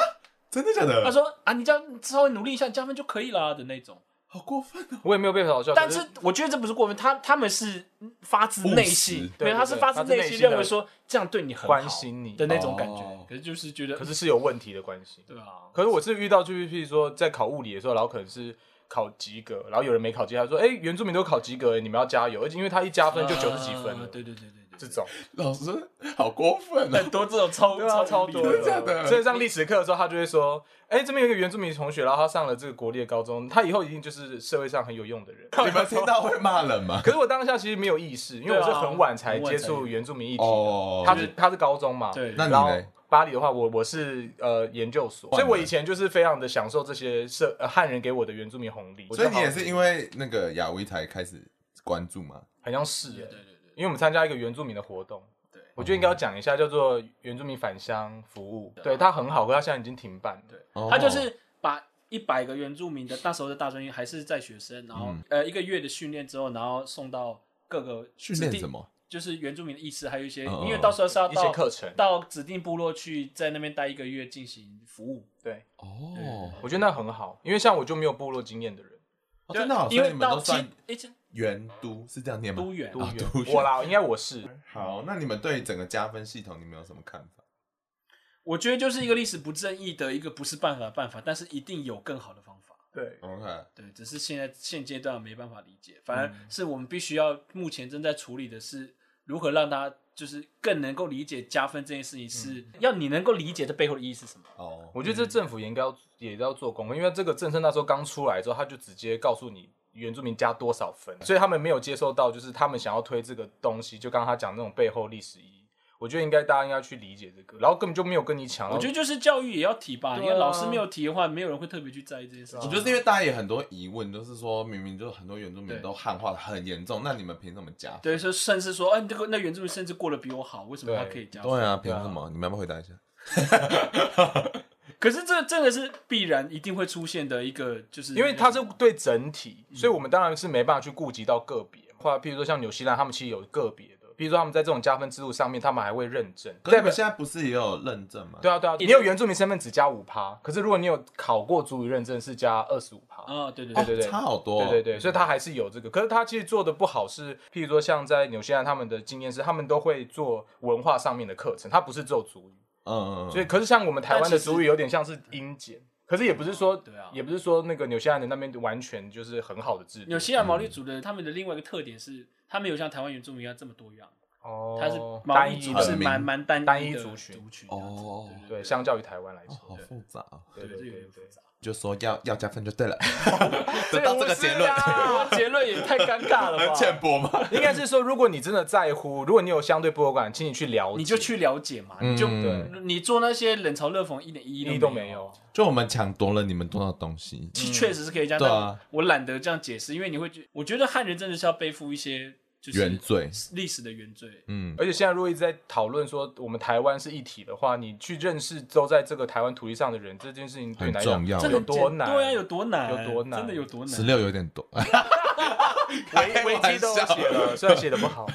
Speaker 1: 真的假的？
Speaker 3: 他说啊，你这样稍微努力一下加分就可以啦的那种。
Speaker 1: 好过分哦！
Speaker 2: 我也没有被嘲笑，
Speaker 3: 但
Speaker 2: 可
Speaker 3: 是我觉得这不是过分，他他们是发自内
Speaker 1: 务
Speaker 3: 心
Speaker 1: 实，
Speaker 3: 没
Speaker 2: 对对
Speaker 3: 有，他是
Speaker 2: 对
Speaker 3: 发
Speaker 2: 发
Speaker 3: 自
Speaker 2: 自
Speaker 3: 内
Speaker 2: 内
Speaker 3: 心
Speaker 2: 心
Speaker 3: 认为
Speaker 2: 的
Speaker 3: 说这样对你很好
Speaker 2: 关心你
Speaker 3: 的那种感觉
Speaker 1: 哦。
Speaker 3: 可是就是觉得，
Speaker 2: 可是是有问题的关系。
Speaker 3: 对啊，
Speaker 2: 可是我是遇到，就是譬如说在考物理的时候，然后可能是考及格，然后有人没考及格，他说：“哎、原住民都考及格，你们要加油。”而且因为他一加分就九十几分了，
Speaker 3: 啊对对对对对，
Speaker 2: 这种
Speaker 1: 老师好过分 哦！
Speaker 3: 很多这种超
Speaker 2: 对啊，超多
Speaker 3: 无理
Speaker 1: 真的假的
Speaker 2: 所以上历史课的时候，他就会说：“哎、这边有一个原住民同学，然后他上了这个国立的高中，他以后一定就是社会上很有用的人。”
Speaker 1: 你们听到会骂人吗？
Speaker 2: 可是我当下其实没有意识，因
Speaker 3: 啊
Speaker 2: 为我是很晚才接触原住民议题的。
Speaker 1: 哦
Speaker 2: 他是他是高中嘛，
Speaker 3: 对
Speaker 1: 那你
Speaker 2: 然后
Speaker 1: 嘞
Speaker 2: 巴黎的话，我我是呃研究所，所以我以前就是非常的享受这些社、呃、汉人给我的原住民红利。
Speaker 1: 所以你也是
Speaker 2: 为
Speaker 1: 因为那个亚威才开始关注吗？
Speaker 2: 好像是、欸
Speaker 3: 对对，对对，
Speaker 2: 因为我们参加一个原住民的活动，
Speaker 3: 对
Speaker 2: 我觉得应该要讲一下叫做原住民返乡服务，
Speaker 3: 对啊
Speaker 2: 对它很好，可它现在已经停办了。
Speaker 3: 对
Speaker 1: 哦
Speaker 3: 他就是把一百个原住民的那时候的大专院还是在学生，然后、
Speaker 1: 嗯
Speaker 3: 呃一个月的训练之后，然后送到各个
Speaker 1: 训
Speaker 3: 指
Speaker 1: 练
Speaker 3: 定
Speaker 1: 什么？
Speaker 3: 就是原住民的意识，还有一些、
Speaker 1: 嗯嗯
Speaker 3: 因为到时候是要
Speaker 2: 哦一些
Speaker 3: 到
Speaker 2: 课程，
Speaker 3: 到指定部落去，在那边待一个月进行服务。
Speaker 2: 对
Speaker 1: 哦，
Speaker 2: 我觉得那很好，因为像我就没有部落经验的人，
Speaker 1: 哦真的哦，所
Speaker 3: 因
Speaker 1: 以
Speaker 3: 为
Speaker 1: 你们
Speaker 3: 到
Speaker 1: 都
Speaker 3: 其
Speaker 1: 算
Speaker 3: 一直
Speaker 1: 原都是这样念吗？
Speaker 3: 都远
Speaker 2: 都
Speaker 1: 啊
Speaker 2: 员
Speaker 1: 都员
Speaker 2: 我啦，应该我是
Speaker 1: 好，那你们对整个加分系统，你们有什么看法？
Speaker 3: 我觉得就是一个历史不正义的一个不是办法的办法，但是一定有更好的方法。
Speaker 2: 对
Speaker 1: OK，
Speaker 3: 对，只是现在现阶段没办法理解，反
Speaker 1: 嗯
Speaker 3: 而是我们必须要目前正在处理的是如何让大家就是更能够理解加分这件事情是，
Speaker 1: 嗯
Speaker 3: 要你能够理解这背后的意义是什么。
Speaker 1: 哦，
Speaker 2: 我觉得这政府也应该要也要做功课，因为这个政策那时候刚出来之后，他就直接告诉你原住民加多少分，所以他们没有接受到，就是他们想要推这个东西，就刚刚他讲那种背后历史意义，我觉得应该大家应该去理解这个，然后根本就没有跟你抢，
Speaker 3: 我觉
Speaker 2: 得
Speaker 3: 得就是教育也要提吧，
Speaker 2: 对啊
Speaker 3: 因为老师没有提的话，没有人会特别去在意这件事
Speaker 1: 我
Speaker 3: 情。
Speaker 1: 觉得是因为大家也很多疑问，就是说明明就是很多原住
Speaker 3: 对
Speaker 1: 民都汉化的很严重，那你们凭什么加分？
Speaker 3: 对，说甚至说，哎、这个那原住民甚至过得比我好，为什么他
Speaker 2: 对
Speaker 3: 可以加分？
Speaker 1: 对啊，凭什么？你们要不要回答一下？
Speaker 3: 可是这真的是必然一定会出现的一个，就是
Speaker 2: 因为他是对整体，
Speaker 1: 嗯
Speaker 2: 所以我们当然是没办法去顾及到个别，或者譬如说像纽西兰，他们其实有个别的，比如说他们在这种加分制度上面，他们还会认证，
Speaker 1: 可是你们现在不是也有认证吗？
Speaker 2: 对啊对啊，你有原住民身份只加五趴，可是如果你有考过主语认证是加二十五趴。
Speaker 3: 啊、对对
Speaker 1: 哦，
Speaker 2: 对
Speaker 3: 对
Speaker 2: 对对
Speaker 1: 差好多哦。
Speaker 2: 对对对，所以他还是有这个，可是他其实做的不好是，譬如说像在纽西兰他们的经验是，他们都会做文化上面的课程，他不是只有族语，
Speaker 1: 嗯，嗯嗯，
Speaker 2: 所以可是像我们台湾
Speaker 3: 但
Speaker 2: 的
Speaker 3: 其实
Speaker 2: 族语有点像是音检，可是也不是说，
Speaker 3: 对啊
Speaker 2: 也不是说那个纽西兰的那边完全就是很好的制度
Speaker 3: 纽，西兰毛利族的他们的另外一个特点是，他们有像台湾原住民一样这么多样。
Speaker 2: 哦
Speaker 3: 它是毛
Speaker 2: 单
Speaker 3: 利
Speaker 2: 一
Speaker 3: 族
Speaker 2: 的
Speaker 3: 是蛮蛮单
Speaker 2: 单一
Speaker 3: 的
Speaker 2: 族群
Speaker 3: 族群这样子
Speaker 1: 哦，
Speaker 2: 对，相较于台湾来
Speaker 1: 哦
Speaker 2: 说，
Speaker 1: 好复杂哦，
Speaker 2: 对
Speaker 3: 对，
Speaker 2: 对
Speaker 3: 这有
Speaker 2: 对
Speaker 3: 点复
Speaker 2: 对。
Speaker 3: 杂。
Speaker 1: 就说要要加分就对 了，得到这个结论，
Speaker 3: 这结论也太尴尬 了
Speaker 1: 很浅
Speaker 3: 吧？
Speaker 1: 薄吗？
Speaker 2: 应该是说，如果你真的在乎，如果你有相对不合感，请你去了解，
Speaker 3: 你就去了解嘛，
Speaker 1: 嗯
Speaker 3: 你就
Speaker 1: 对
Speaker 3: 你做那些冷嘲热讽一点意
Speaker 2: 一
Speaker 3: 义
Speaker 2: 都
Speaker 3: 没
Speaker 2: 没有。。嗯
Speaker 1: 就我们抢夺了你们多少东西？
Speaker 3: 其实确实是可以这样，
Speaker 1: 对啊
Speaker 3: 但我懒得这样解释，因为你会觉，我觉得汉人真的是要背负一些就是
Speaker 1: 原罪。
Speaker 3: 历史的原罪。
Speaker 1: 嗯，
Speaker 2: 而且现在如果一直在讨论说我们台湾是一体的话，你去认识都在这个台湾土地上的人，这件事情对你来
Speaker 1: 很重要
Speaker 2: 讲
Speaker 3: 真的
Speaker 2: 有多难？
Speaker 3: 对啊，有多难？
Speaker 2: 有多难
Speaker 3: 真的有多难？
Speaker 1: 十六有点多。
Speaker 2: 危危机都有写了，虽然写的不好，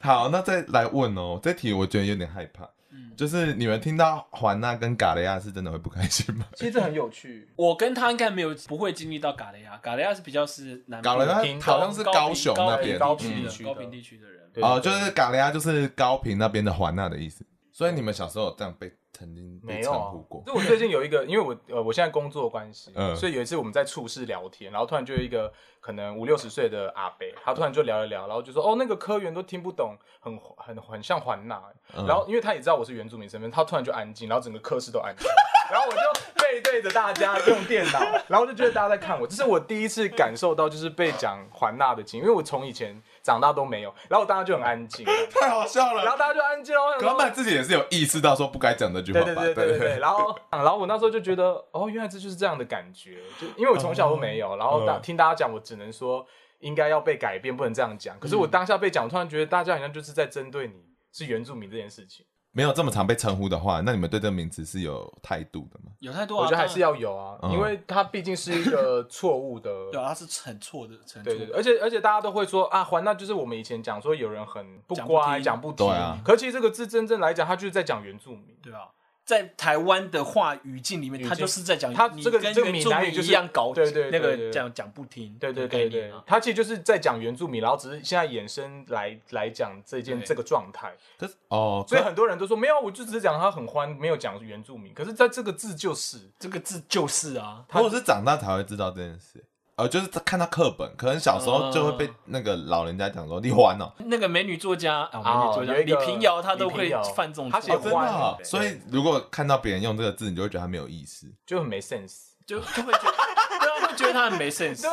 Speaker 1: 好，那再来问哦，这题我觉得有点害怕，
Speaker 2: 嗯
Speaker 1: 就是你们听到环娜跟嘎雷亚是真的会不开心吗？
Speaker 2: 其实这很有趣。
Speaker 3: 我跟他应该没有不会经历到嘎雷亚，嘎雷亚是比较是南部
Speaker 1: 嘎雷亚
Speaker 2: 屏
Speaker 1: 好像是
Speaker 3: 高
Speaker 1: 高
Speaker 3: 平
Speaker 1: 雄那边，嗯
Speaker 3: 高
Speaker 2: 嗯高
Speaker 3: 平
Speaker 2: 平
Speaker 3: 地
Speaker 2: 地
Speaker 3: 区
Speaker 2: 区
Speaker 3: 的高
Speaker 2: 的
Speaker 3: 平地区的人。
Speaker 2: 对
Speaker 1: 哦，就是嘎雷亚就是高平那边的环娜的意思。所以你们小时候有这样被曾经
Speaker 2: 没
Speaker 1: 被
Speaker 2: 有
Speaker 1: 称
Speaker 2: 啊
Speaker 1: 呼过，
Speaker 2: 就我最近有一个，因为我呃我现在工作关系，
Speaker 1: 嗯
Speaker 2: 所以有一次我们在处室聊天，然后突然就有一个可能五六十岁的阿伯，他突然就聊一聊，然后就说哦那个科员都听不懂，很很很像环娜、
Speaker 1: 嗯
Speaker 2: 然后因为他也知道我是原住民身份，他突然就安静，然后整个科室都安静，然后我就背对着大家用电脑，然后就觉得大家在看我，这是我第一次感受到就是被讲环娜的经历，因为我从以前长大都没有，然后我大家就很安静，
Speaker 1: 太好笑
Speaker 2: 然
Speaker 1: 了。
Speaker 2: 后大家就安静哦了，
Speaker 1: 可曼自己也是有意识到说不该讲这句话
Speaker 2: 对
Speaker 1: 吧？
Speaker 2: 对对对对对。然后，然后我那时候就觉得，哦，原来这就是这样的感觉，就因为我从小都没有，然后大、
Speaker 1: 嗯
Speaker 2: 听大家讲，我只能说应该要被改
Speaker 1: 嗯
Speaker 2: 变，不能这样讲。可是我当下被讲，我突然觉得大家好像就是在针对你是原住民这件事情。
Speaker 1: 没有这么常被称呼的话，那你们对这个名词是有态度的吗？
Speaker 3: 有太多、啊，
Speaker 2: 我觉得还是
Speaker 3: 当
Speaker 2: 要
Speaker 3: 然
Speaker 2: 有啊，
Speaker 1: 嗯
Speaker 2: 因为它毕竟是一 个错误的
Speaker 3: 对啊，他是很错的，很错
Speaker 2: 对对对，而且而且大家都会说啊，还那就是我们以前讲说有人很不
Speaker 3: 讲不
Speaker 2: 乖，
Speaker 3: 听
Speaker 2: 讲不听。
Speaker 1: 对啊
Speaker 2: 可其实这个字真正来讲，他就是在讲原住民。
Speaker 3: 对啊，在台湾的话语境里面，
Speaker 2: 境
Speaker 3: 他就是在讲
Speaker 2: 他
Speaker 3: 你
Speaker 2: 这个
Speaker 3: 跟
Speaker 2: 这个
Speaker 3: 原
Speaker 2: 闽
Speaker 3: 住
Speaker 2: 南
Speaker 3: 民
Speaker 2: 语就是
Speaker 3: 一样搞
Speaker 2: 对对对
Speaker 3: 那
Speaker 2: 对
Speaker 3: 个
Speaker 2: 对
Speaker 3: 这样讲不听，
Speaker 2: 对对
Speaker 3: 这个
Speaker 2: 对
Speaker 3: 概
Speaker 2: 对
Speaker 3: 念啊，，
Speaker 2: 他其实就是在讲原住民，然后只是现在衍生来来讲这件
Speaker 3: 对
Speaker 2: 这个状态。
Speaker 1: 可是哦，
Speaker 2: 所以
Speaker 1: 可
Speaker 2: 很多人都说没有，我就只是讲他很欢，没有讲原住民。可是在这个字就是
Speaker 3: 这个字就是啊，
Speaker 1: 我是长大才会知道这件事。呃，就是看到课本，可能小时候就会被那个老人家讲说你还哦，
Speaker 3: 那个美女作家啊，美
Speaker 2: 哦
Speaker 3: 女作家
Speaker 2: 有一
Speaker 3: 李
Speaker 2: 个
Speaker 3: 平遥，她都
Speaker 2: 李
Speaker 3: 会
Speaker 2: 平遥
Speaker 3: 犯这种
Speaker 2: 她
Speaker 3: 错
Speaker 2: 写
Speaker 1: 哦真的
Speaker 2: 欢
Speaker 1: 哦、
Speaker 2: 对
Speaker 1: 所以如果看到别人用这个字，你就会觉得他没有意思。
Speaker 2: 就很没 sense。
Speaker 3: 就就会觉得，对啊，会觉得她很 没 sense。
Speaker 2: 啊，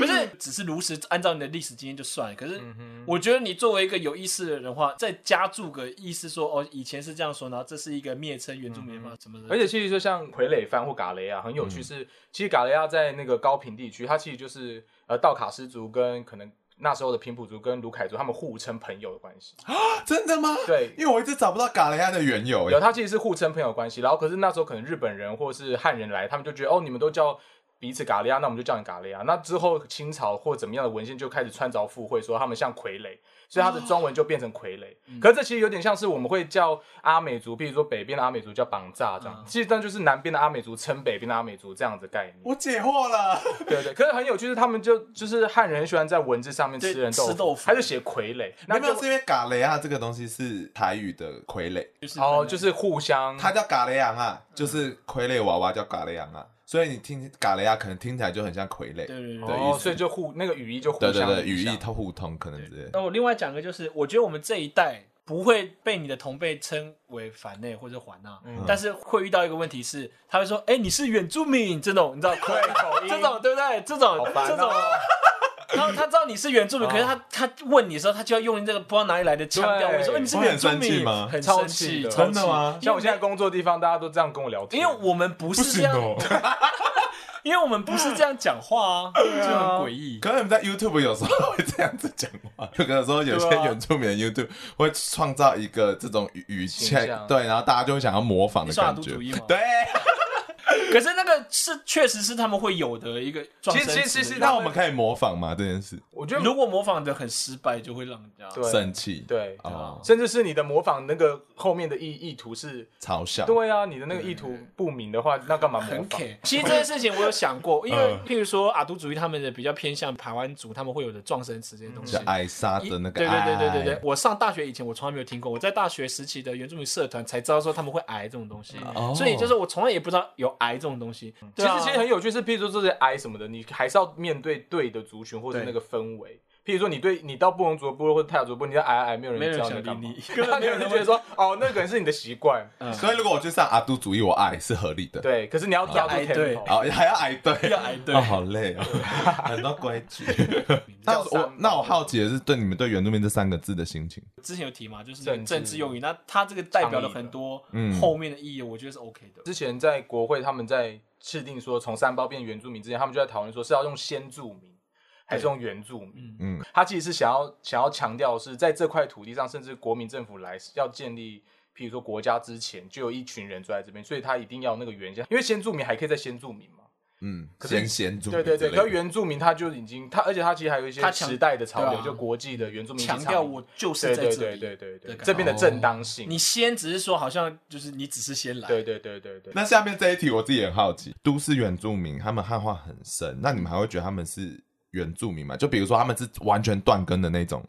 Speaker 3: 不是，只是如实按照你的历史经验就算了。可是
Speaker 2: 嗯哼，
Speaker 3: 我觉得你作为一个有意思的人的话，再加注个意思说，哦，以前是这样说，然后这是一个蔑称原住民嘛什么的。
Speaker 2: 嗯而且其实就像傀儡番或嘎雷亚很有趣是，其实嘎雷亚在那个高平地区，它其实就是呃道卡斯族跟可能那时候的平埔族跟卢凯族他们互称朋友的关系。
Speaker 1: 真的吗？
Speaker 2: 对
Speaker 1: 因为我一直找不到嘎雷亚的缘由。
Speaker 2: 有，
Speaker 1: 哎，
Speaker 2: 他其实是互称朋友关系。然后可是那时候可能日本人或是汉人来，他们就觉得哦，你们都叫彼此嘎利亚，那我们就叫你嘎利亚。那之后清朝或怎么样的文献就开始穿凿附会，说他们像傀儡，所以
Speaker 1: 哦
Speaker 2: 他的中文就变成傀儡。
Speaker 1: 嗯
Speaker 2: 可是这其实有点像是我们会叫阿美族，比如说北边的阿美族叫绑炸这样，
Speaker 1: 嗯
Speaker 2: 其实那就是南边的阿美族称北边的阿美族这样子概念。
Speaker 1: 我解惑了。
Speaker 2: 对对，可是很有趣是，他们就就是汉人很喜欢在文字上面
Speaker 3: 对
Speaker 2: 吃人豆腐，
Speaker 3: 吃豆腐
Speaker 2: 他就写傀儡，
Speaker 1: 没
Speaker 2: 那
Speaker 1: 有，没
Speaker 2: 就
Speaker 1: 有是因为嘎雷亚这个东西是台语的傀儡，
Speaker 3: 就是
Speaker 2: 哦，就是互相
Speaker 1: 它叫嘎雷亚啊，
Speaker 2: 嗯
Speaker 1: 就是傀儡娃娃叫嘎雷亚啊，所以你听嘎雷亚可能听起来就很像傀儡。
Speaker 3: 对对对
Speaker 1: 的
Speaker 2: 哦
Speaker 1: 意，思
Speaker 2: 所以就互那个语义就互
Speaker 1: 对
Speaker 2: 相
Speaker 1: 对对，
Speaker 2: 影
Speaker 1: 语义
Speaker 2: 响
Speaker 1: 它互通可能之类的。
Speaker 3: 那我另外讲个，就是我觉得我们这一代不会被你的同辈称为反内或者环纳，
Speaker 2: 嗯
Speaker 3: 但是会遇到一个问题是，他会说：“哎、你是原住民。”这种你知道，
Speaker 2: 对口音
Speaker 3: 这种对不对？这种、
Speaker 2: 好烦
Speaker 3: 这种
Speaker 2: 哦。
Speaker 3: 然后他知道你是原住民，可是他他问你的时候，他就要用这个不知道哪里来的腔调，
Speaker 2: 对
Speaker 3: 我说哎你是原住
Speaker 1: 会很生气
Speaker 3: 民
Speaker 1: 吗
Speaker 3: 很
Speaker 2: 超
Speaker 3: 生
Speaker 2: 气
Speaker 3: 气，
Speaker 2: 的
Speaker 3: 超气
Speaker 1: 真的吗
Speaker 2: 像我现在工作的地方，大家都这样跟我聊天，
Speaker 3: 因为我们不是这样，
Speaker 1: 哦
Speaker 3: 因为我们不是这样讲话啊，就很诡异。
Speaker 1: 可能你在 YouTube 有时候会这样子讲话，就可能说 有些
Speaker 2: 对啊
Speaker 1: 原住民的 YouTube 会创造一个这种语语气
Speaker 2: 形象，
Speaker 1: 对，然后大家就会想要模仿的
Speaker 3: 你说阿
Speaker 1: 感
Speaker 3: 都
Speaker 1: 觉
Speaker 3: 主义吗。
Speaker 1: 对，
Speaker 3: 可是那个是确实是他们会有的一个撞
Speaker 2: 其实
Speaker 3: 声
Speaker 2: 其实
Speaker 3: 词的
Speaker 2: 其实
Speaker 3: 用法
Speaker 1: 那我们可以模仿吗？这件事
Speaker 2: 我觉得
Speaker 3: 如果模仿的很失败，就会让人家
Speaker 2: 对
Speaker 1: 生气，
Speaker 2: 对
Speaker 1: 哦，
Speaker 2: 甚至是你的模仿那个后面的意意图是，
Speaker 1: 嘲笑，
Speaker 2: 对啊，你的那个意图不明的话，那干嘛模
Speaker 3: 很
Speaker 2: 仿？啊
Speaker 3: K。其实这件事情我有想过，因
Speaker 1: 嗯
Speaker 3: 为譬如说阿都主义他们的比较偏向台湾族，他们会有的撞声词这些东西
Speaker 1: 就。
Speaker 2: 嗯
Speaker 1: 艾莎的那个
Speaker 3: 对对对对对
Speaker 1: 爱
Speaker 3: 对，我上大学以前我从来没有听过，我在大学时期的原住民社团才知道说他们会癌这种东西，
Speaker 1: 哦
Speaker 3: 所以就是我从来也不知道有癌这种东西。
Speaker 2: 其
Speaker 3: 对啊
Speaker 2: 实其实很有趣，是譬如说这些癌什么的，你还是要面对对的族群或者
Speaker 3: 对
Speaker 2: 那个氛围。譬如说，你对你到布农族的部落或者泰雅族的部落，你在挨挨，没有
Speaker 3: 没
Speaker 2: 人
Speaker 3: 人
Speaker 2: 知道你在
Speaker 3: 想
Speaker 2: 干
Speaker 3: 理
Speaker 2: 嘛
Speaker 3: 你。，根
Speaker 2: 他
Speaker 3: 本
Speaker 2: 没
Speaker 3: 没
Speaker 2: 有
Speaker 3: 有
Speaker 2: 人
Speaker 3: 人
Speaker 2: 觉
Speaker 3: 会
Speaker 2: 得说，哦，那可能是你的习惯，
Speaker 3: 嗯
Speaker 1: 所以如果我去上阿都主义，我爱是合理的，
Speaker 2: 对。可是你要抓住
Speaker 3: 要挨对
Speaker 2: tempo
Speaker 1: 然后还要挨对，
Speaker 3: 要挨对
Speaker 1: 哦好累哦，很多规矩。那
Speaker 2: 叫三
Speaker 1: 我
Speaker 2: 宝
Speaker 1: 那我好奇的是，对你们对原住民这三个字的心情，
Speaker 3: 之前有提嘛，就是那
Speaker 2: 政
Speaker 3: 个
Speaker 2: 治
Speaker 3: 政治用语，那它这个代表了
Speaker 2: 倡议的
Speaker 3: 很多
Speaker 1: 嗯
Speaker 3: 后面的意义，我觉得是 OK 的。
Speaker 2: 之前在国会他们在制定说从三胞变原住民之前，他们就在讨论说是要用先住民还是用原住民。
Speaker 1: 嗯
Speaker 2: 嗯，他其实是想要想要强调是在这块土地上，甚至国民政府来要建立。譬如说国家之前就有一群人住在这边，所以他一定要那个原先，因为先住民还可以再先住民嘛。
Speaker 1: 嗯，
Speaker 2: 可是
Speaker 1: 先先住
Speaker 2: 对对对，
Speaker 1: 之类的
Speaker 2: 可是原住民他就已经他，而且他其实还有一些
Speaker 3: 他强
Speaker 2: 时代的潮
Speaker 3: 对
Speaker 2: 流，
Speaker 3: 啊
Speaker 2: 就国际的原住民
Speaker 3: 强
Speaker 2: 立场
Speaker 3: 调我就是
Speaker 2: 对
Speaker 3: 在
Speaker 2: 对
Speaker 3: 这
Speaker 2: 对
Speaker 3: 里，
Speaker 2: 对对
Speaker 3: 的
Speaker 2: 对，
Speaker 3: 感
Speaker 2: 这边的正当性。
Speaker 3: 你先只是说好像就是你只是先来，
Speaker 2: 对对对对对，
Speaker 1: 那下面这一题我自己也很好奇，都市原住民他们汉化很深，那你们还会觉得他们是原住民吗？就比如说他们是完全断根的那种，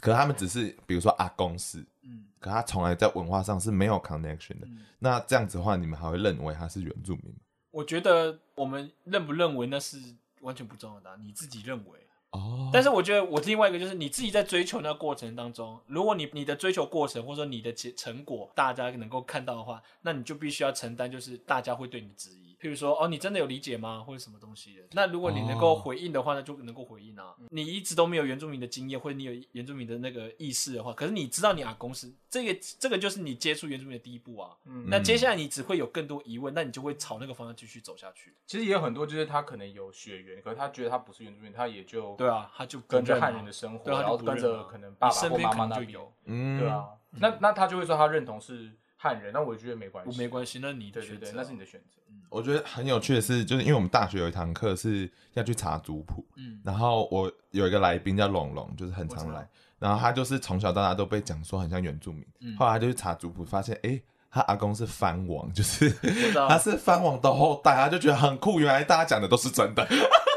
Speaker 1: 可是他们只是比如说阿公是，
Speaker 3: 嗯
Speaker 1: 可他从来在文化上是没有 connection 的。那这样子的话，你们还会认为他是原住民吗？
Speaker 3: 我觉得我们认不认为那是完全不重要的啊、你自己认为。
Speaker 1: 哦，
Speaker 3: 但是我觉得我另外一个就是你自己在追求那过程当中，如果你你的追求过程或者说你的结成果大家能够看到的话，那你就必须要承担就是大家会对你质疑。譬如说哦，你真的有理解吗，或者什么东西的。那如果你能够回应的话，那就能够回应
Speaker 2: 嗯
Speaker 3: 啊。你一直都没有原住民的经验，或者你有原住民的那个意识的话，可是你知道你阿公是这个，这个就是你接触原住民的第一步啊。
Speaker 2: 嗯
Speaker 3: 那接下来你只会有更多疑问，那你就会朝那个方向继续走下去。
Speaker 2: 其实也有很多就是他可能有血缘，可是他觉得他不是原住民，他也就
Speaker 3: 对啊，他就不
Speaker 2: 跟着
Speaker 3: 认啊
Speaker 2: 汉人的生活，
Speaker 3: 对啊，
Speaker 2: 然
Speaker 3: 他就
Speaker 2: 后
Speaker 3: 不
Speaker 2: 跟
Speaker 3: 认
Speaker 2: 着
Speaker 3: 啊
Speaker 2: 可能爸
Speaker 3: 你
Speaker 2: 爸
Speaker 3: 身
Speaker 2: 或
Speaker 3: 边
Speaker 2: 妈
Speaker 3: 可
Speaker 2: 妈
Speaker 3: 能
Speaker 2: 那
Speaker 3: 就
Speaker 2: 边
Speaker 3: 有，，
Speaker 1: 嗯，
Speaker 2: 对啊，那那他就会说他认同是汉人，那我觉得没关
Speaker 3: 我
Speaker 2: 系，
Speaker 3: 没关系，那你
Speaker 2: 对对
Speaker 3: 选
Speaker 2: 对
Speaker 3: 择，
Speaker 2: 那是你的选择。
Speaker 1: 我觉得很有趣的是，就是因为我们大学有一堂课是要去查族谱，
Speaker 3: 嗯
Speaker 1: 然后我有一个来宾叫龙龙，就是很
Speaker 3: 我
Speaker 1: 常
Speaker 3: 知道
Speaker 1: 来，然后他就是从小到大都被讲说很像原住民，
Speaker 3: 嗯
Speaker 1: 后来他就去查族谱，发现哎。诶他阿公是藩王，就是
Speaker 3: 道
Speaker 1: 他是藩王的后代，他就觉得很酷。原来大家讲的都是真的，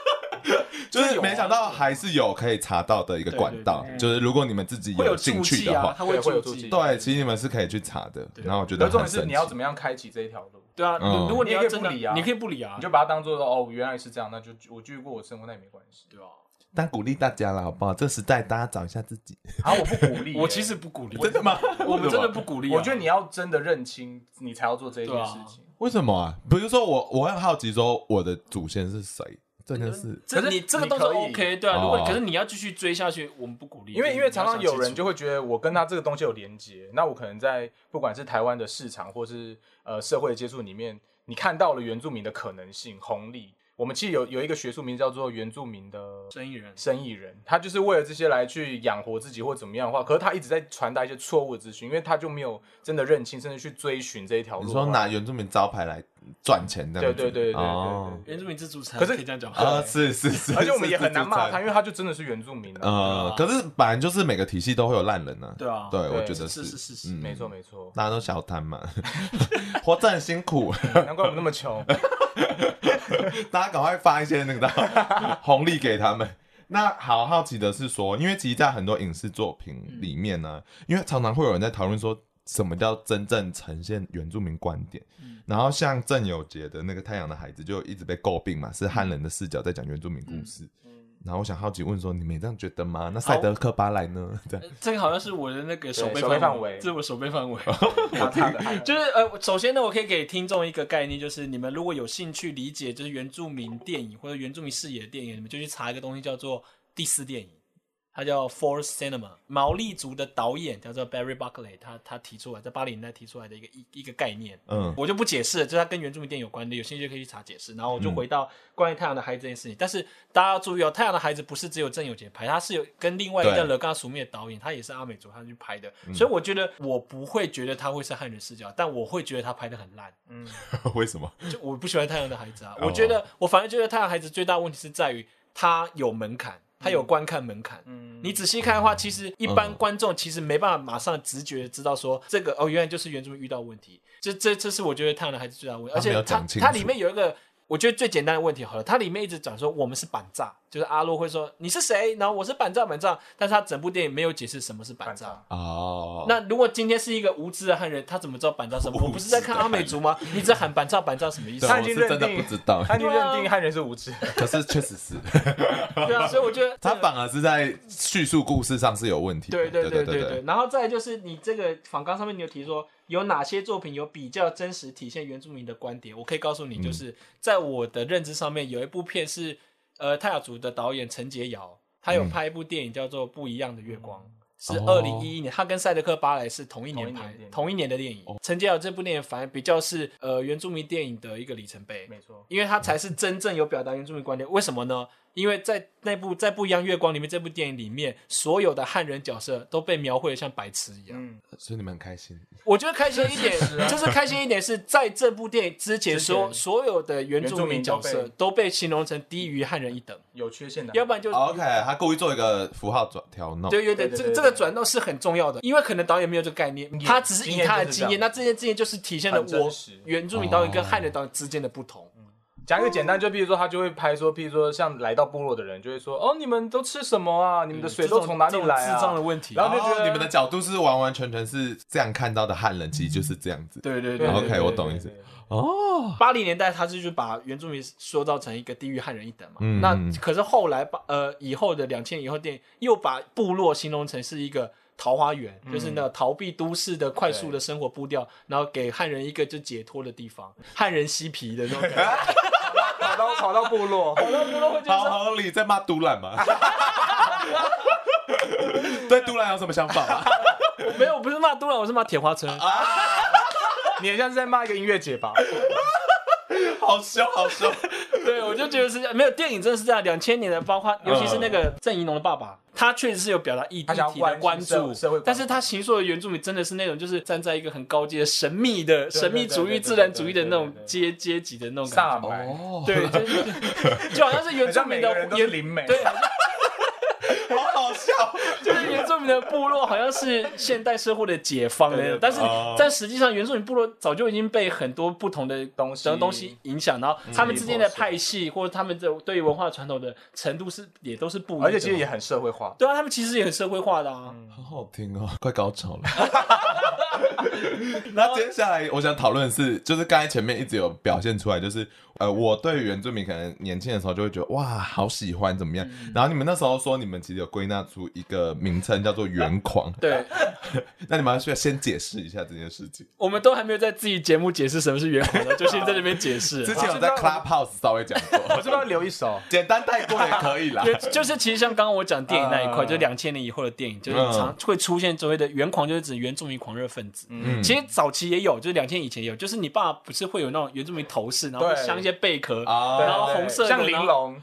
Speaker 1: 就是没想到还是有可以查到的一个
Speaker 3: 对
Speaker 1: 管
Speaker 3: 对
Speaker 1: 道。
Speaker 3: 对
Speaker 1: 就是如果你们自己
Speaker 3: 会有
Speaker 1: 兴
Speaker 3: 注
Speaker 1: 趣
Speaker 3: 记
Speaker 1: 的
Speaker 3: 啊
Speaker 1: 话，，
Speaker 3: 他会
Speaker 2: 对会有
Speaker 3: 注
Speaker 2: 注
Speaker 3: 记
Speaker 2: 记
Speaker 1: 对，其实你们是可以去查的。然后我觉
Speaker 2: 可
Speaker 1: 得
Speaker 2: 是重
Speaker 1: 很
Speaker 2: 点是
Speaker 1: 神
Speaker 2: 你要
Speaker 1: 奇
Speaker 2: 怎。么样开启这一条路，
Speaker 3: 对啊，
Speaker 1: 嗯
Speaker 3: 如如果
Speaker 2: 你也
Speaker 3: 要
Speaker 2: 可以
Speaker 3: 真
Speaker 2: 不
Speaker 3: 的
Speaker 2: 理啊
Speaker 3: 你可以不理啊，
Speaker 2: 你就把它当做哦，原来是这样，那就我继续过我的生活，那也没关系。
Speaker 3: 对啊。
Speaker 1: 但鼓励大家啦，好不好？这时代大家找一下自己。
Speaker 2: 啊，我不鼓励耶，
Speaker 3: 我其实不鼓励，啊
Speaker 1: 真的吗？
Speaker 3: 我们真的不鼓励啊。
Speaker 2: 我觉得你要真的认清，你才要做这一
Speaker 3: 啊
Speaker 2: 件事情。
Speaker 1: 为什么啊？比如说我，我很好奇，说我的祖先是谁这件事。
Speaker 3: 这
Speaker 2: 可是
Speaker 3: 你这个
Speaker 2: 你
Speaker 3: 动作
Speaker 2: 可以
Speaker 3: OK，对啊。如果
Speaker 1: 哦
Speaker 3: 可是你要继续追下去，我们不鼓励，
Speaker 2: 因为因为常常有人就
Speaker 3: 会
Speaker 2: 会觉得我跟他这个东西有连接，那我可能在不管是台湾的市场或是呃社会的接触里面，你看到了原住民的可能性红利。我们其实有有一个学术名叫做原住民的
Speaker 3: 生 意人，
Speaker 2: 生意人，他就是为了这些来去养活自己或怎么样的话，可是他一直在传达一些错误的资讯，因为他就没有真的认清，甚至去追寻这一条路啊
Speaker 1: 你
Speaker 2: 的话。
Speaker 1: 说拿原住民招牌来赚钱这样
Speaker 2: 对
Speaker 1: 子？
Speaker 2: 对对对对对
Speaker 1: 哦
Speaker 2: 对
Speaker 3: 原住民自助餐，
Speaker 2: 可是
Speaker 3: 可以这样讲，
Speaker 1: 啊，是是是。
Speaker 2: 而且我们也很难骂
Speaker 1: 是
Speaker 2: 他，。因为他就真的是原住民啊。
Speaker 1: 呃，可是本来就是每个体系都会有烂人呢。
Speaker 3: 对啊
Speaker 1: 对，
Speaker 2: 对
Speaker 1: 我觉得
Speaker 3: 是是是是是
Speaker 1: 嗯
Speaker 2: 没错没错，
Speaker 1: 大家都小摊嘛， 活着很辛苦，
Speaker 2: 难怪我们那 么穷。
Speaker 1: 大家赶快发一些那个 红利给他们。那好好奇的是说，因为其实，在很多影视作品里面呢、因为常常会有人在讨论说，什么叫真正呈现原住民观点。然后像郑有杰的那个《太阳的孩子》就一直被诟病嘛，是汉人的视角在讲原住民故事。然后我想好奇问说，你们也这样觉得吗？那塞德克巴莱呢？这样
Speaker 3: 这个好像是我的那个手背
Speaker 2: 手背
Speaker 3: 范
Speaker 2: 范围
Speaker 3: 这是我手背 范围。
Speaker 2: 他他的汉人
Speaker 3: 就是呃，首先呢，我可以给听众一个概念，就是你们如果有兴趣理解就是原住民电影或者原住民视野的电影，你们就去查一个东西叫做第四电影，它叫 Four Cinema，毛利族的导演叫做 Barry Buckley，他他提出来在八零年代提出来的一个一一个概念，
Speaker 1: 嗯，
Speaker 3: 我就不解释了，就是它跟原住民电影有关的，有兴趣可以去查解释。然后我
Speaker 1: 嗯
Speaker 3: 就回到关于《太阳的孩子》这件事情，但是大家要注意哦，《太阳的孩子》不是只有郑有杰拍，他是有跟另外一个叫
Speaker 1: 对嗯
Speaker 3: 勒嘎苏灭的导演，他也是阿美族，他去拍的。所以我觉得我不会觉得他会是汉人视角，但我会觉得他拍的很烂。
Speaker 1: 为什么？
Speaker 3: 就我不喜欢《太阳的孩子》啊，
Speaker 1: 哦
Speaker 3: 我觉得我反而觉得《太阳的孩子》最大的问题是在于它有门槛，它有观看门槛。
Speaker 2: 嗯
Speaker 3: 你仔细看的话，其实一般
Speaker 1: 嗯
Speaker 3: 观众其实没办法马上直觉地知道说这个哦，原来就是原住民遇到问题。这这这是我觉得《太阳的孩子》最大的问题，而
Speaker 1: 他没
Speaker 3: 且
Speaker 1: 有
Speaker 3: 它
Speaker 1: 讲清楚
Speaker 3: 它里面有一个。我觉得最简单的问题好了，它里面一直讲说我们是板炸，就是阿洛会说你是谁，然后我是板炸板炸，但是他整部电影没有解释什么是板
Speaker 2: 反
Speaker 3: 炸
Speaker 2: 差。。
Speaker 1: 哦，
Speaker 3: 那如果今天是一个无知的汉人，他怎么知道板炸什么？我不是在看阿美族吗？你只喊板炸板炸什么意思？
Speaker 1: 对
Speaker 2: 他已
Speaker 1: 我
Speaker 2: 经
Speaker 1: 是真的
Speaker 2: 认
Speaker 1: 不
Speaker 2: 定
Speaker 1: 知道，
Speaker 2: 他就认定汉人是无知，
Speaker 1: 可是确实是。
Speaker 3: 对啊，所以我觉得
Speaker 1: 他
Speaker 3: 这个
Speaker 1: 反而是在叙述故事上是有问题的。
Speaker 3: 对
Speaker 1: 对
Speaker 3: 对对
Speaker 1: 对
Speaker 3: 对对，然后再来就是你这个访纲上面你有提说有哪些作品有比较真实体现原住民的观点，我可以告诉你，就是在我的认知上面有一部片是呃泰雅族的导演陈洁瑶，他有拍一部电影叫做《不一样的月光》。
Speaker 2: 嗯
Speaker 3: 是
Speaker 1: 哦
Speaker 3: 二零一一年，他跟塞德克·巴莱是同一年
Speaker 2: 同一
Speaker 3: 拍
Speaker 2: 年电，影
Speaker 3: 同一年的电影。陈洁瑶这部电影反而比较是呃原住民电影的一个里程碑。
Speaker 2: 没错。
Speaker 3: 因为他才是真正有表达原住民观点。为什么呢？因为在那部在《不一样月光》里面，这部电影里面，所有的汉人角色都被描绘的像白痴一样。
Speaker 2: 嗯，啊
Speaker 1: 所以你们很开心。
Speaker 3: 我觉得开心一 点，就是开心一点是在这部电影之前
Speaker 2: 之前
Speaker 3: 所，所有的原住民角
Speaker 2: 原住
Speaker 3: 色
Speaker 2: 民嗯
Speaker 3: 都被形容成低于汉人一等，
Speaker 2: 有缺陷的，
Speaker 3: 要不然就
Speaker 1: OK，他故意做一个符号转调弄。
Speaker 3: 对对对，
Speaker 2: 对对
Speaker 3: 这
Speaker 2: 对
Speaker 3: 个
Speaker 2: 对
Speaker 3: 这个转动是很重要的，因为可能导演没有这个概念，他只是以他的经
Speaker 2: 经
Speaker 3: 验，
Speaker 2: 验
Speaker 3: 那这件经验就是体现了
Speaker 2: 很真
Speaker 3: 我
Speaker 2: 实哦
Speaker 3: 原住民导演跟汉人导演之间的不同。
Speaker 2: 讲一个简单，就比如说他就会拍说，譬如说像来到部落的人就会说，哦，你们都吃什么啊？
Speaker 3: 嗯
Speaker 2: 你们的水都从哪里来
Speaker 3: 这种智障
Speaker 2: 啊？
Speaker 3: 的问题。
Speaker 2: 然后
Speaker 1: 哦，
Speaker 2: 就觉得
Speaker 1: 你们的角度是完完全全是这样看到的汉人，其实就是这样子。
Speaker 3: 对对
Speaker 2: 对
Speaker 3: 对
Speaker 2: 对
Speaker 1: ，OK，
Speaker 2: 对
Speaker 1: 我
Speaker 2: 对
Speaker 1: 懂
Speaker 2: 对
Speaker 1: 意思
Speaker 2: 对对
Speaker 1: 哦，
Speaker 3: 八零年代，他是就把原住民塑造成一个低于汉人一等嘛。
Speaker 1: 嗯
Speaker 3: 那可是后来把呃以后的两千以后电影又把部落形容成是一个桃花源，就是那个逃避都市的快速的生活步调，然后给汉人一个就解脱的地方，汉人嬉皮的那种感觉。
Speaker 2: 跑到跑到部落，
Speaker 1: 好好理在骂都兰吗？对都兰有什么想法吗？
Speaker 3: 没有，我不是骂都兰，我是骂铁花村。
Speaker 2: 你很像是在骂一个音乐节吧？
Speaker 1: 好凶，好凶！
Speaker 3: 对，我就觉得是这样没有电影真的是这样，两千年的，包括尤其是那个郑怡农的爸爸，他确实是有表达议
Speaker 2: 嗯他
Speaker 3: 题
Speaker 2: 想要
Speaker 3: 的
Speaker 2: 关
Speaker 3: 关
Speaker 2: 心社
Speaker 3: 注
Speaker 2: 社会关注
Speaker 3: 但是他行说的原住民真的是那种就是站在一个很高阶的神秘的
Speaker 2: 对
Speaker 3: 神秘
Speaker 2: 对
Speaker 3: 主
Speaker 2: 对对
Speaker 3: 义、自然主义的那种
Speaker 2: 对对对
Speaker 3: 阶阶级的那种
Speaker 2: 萨
Speaker 3: 感觉。
Speaker 2: 满，
Speaker 3: 对，就是就好像是 原
Speaker 2: 很
Speaker 3: 住
Speaker 2: 像
Speaker 3: 民
Speaker 2: 每个
Speaker 3: 的
Speaker 2: 人都是
Speaker 3: 原
Speaker 2: 灵媒，
Speaker 3: 对，好像
Speaker 1: 好好笑。
Speaker 3: 就是原住民的部落好像是现代社会的解放那
Speaker 2: 对对对，
Speaker 3: 种但是
Speaker 1: 哦
Speaker 3: 但实际上原住民部落早就已经被很多不同的
Speaker 2: 东西
Speaker 3: 等东西影响，然后他们之间的派系或者他们的对于文化传统的程度是也都是不一样的，
Speaker 2: 而且其实也很社会化。
Speaker 3: 对啊，他们其实也很社会化的啊。
Speaker 1: 好好听哦， 快高潮了。那接下来我想讨论的是，就是刚才前面一直有表现出来，就是呃，我对原住民可能年轻的时候就会觉得哇，好喜欢怎么样。
Speaker 3: 嗯
Speaker 1: 然后你们那时候说你们其实有归纳出一个名称叫做“原狂
Speaker 3: 对，”，
Speaker 1: 那你们需要先解释一下这件事情。
Speaker 3: 我们都还没有在自己节目解释什么是圆环的，就先在这边解释
Speaker 1: 之。前有在 Clubhouse 稍微讲
Speaker 2: 我
Speaker 1: 过，
Speaker 2: 是不是要留一首？
Speaker 1: 简单带过也可以啦。
Speaker 3: 就就是其实像刚刚我讲电影那一块，
Speaker 2: 嗯
Speaker 3: 就是两千年以后的电影，就是常会出现所谓的原狂，就是指原住民狂热分子。
Speaker 1: 嗯
Speaker 3: 其实早期也有，就是两千以前也有，就是你爸不是会有那种原住民头饰，然后会
Speaker 2: 对
Speaker 3: 镶一些贝壳，
Speaker 1: 啊
Speaker 2: 对
Speaker 3: 然后红色的
Speaker 2: 像玲，珑，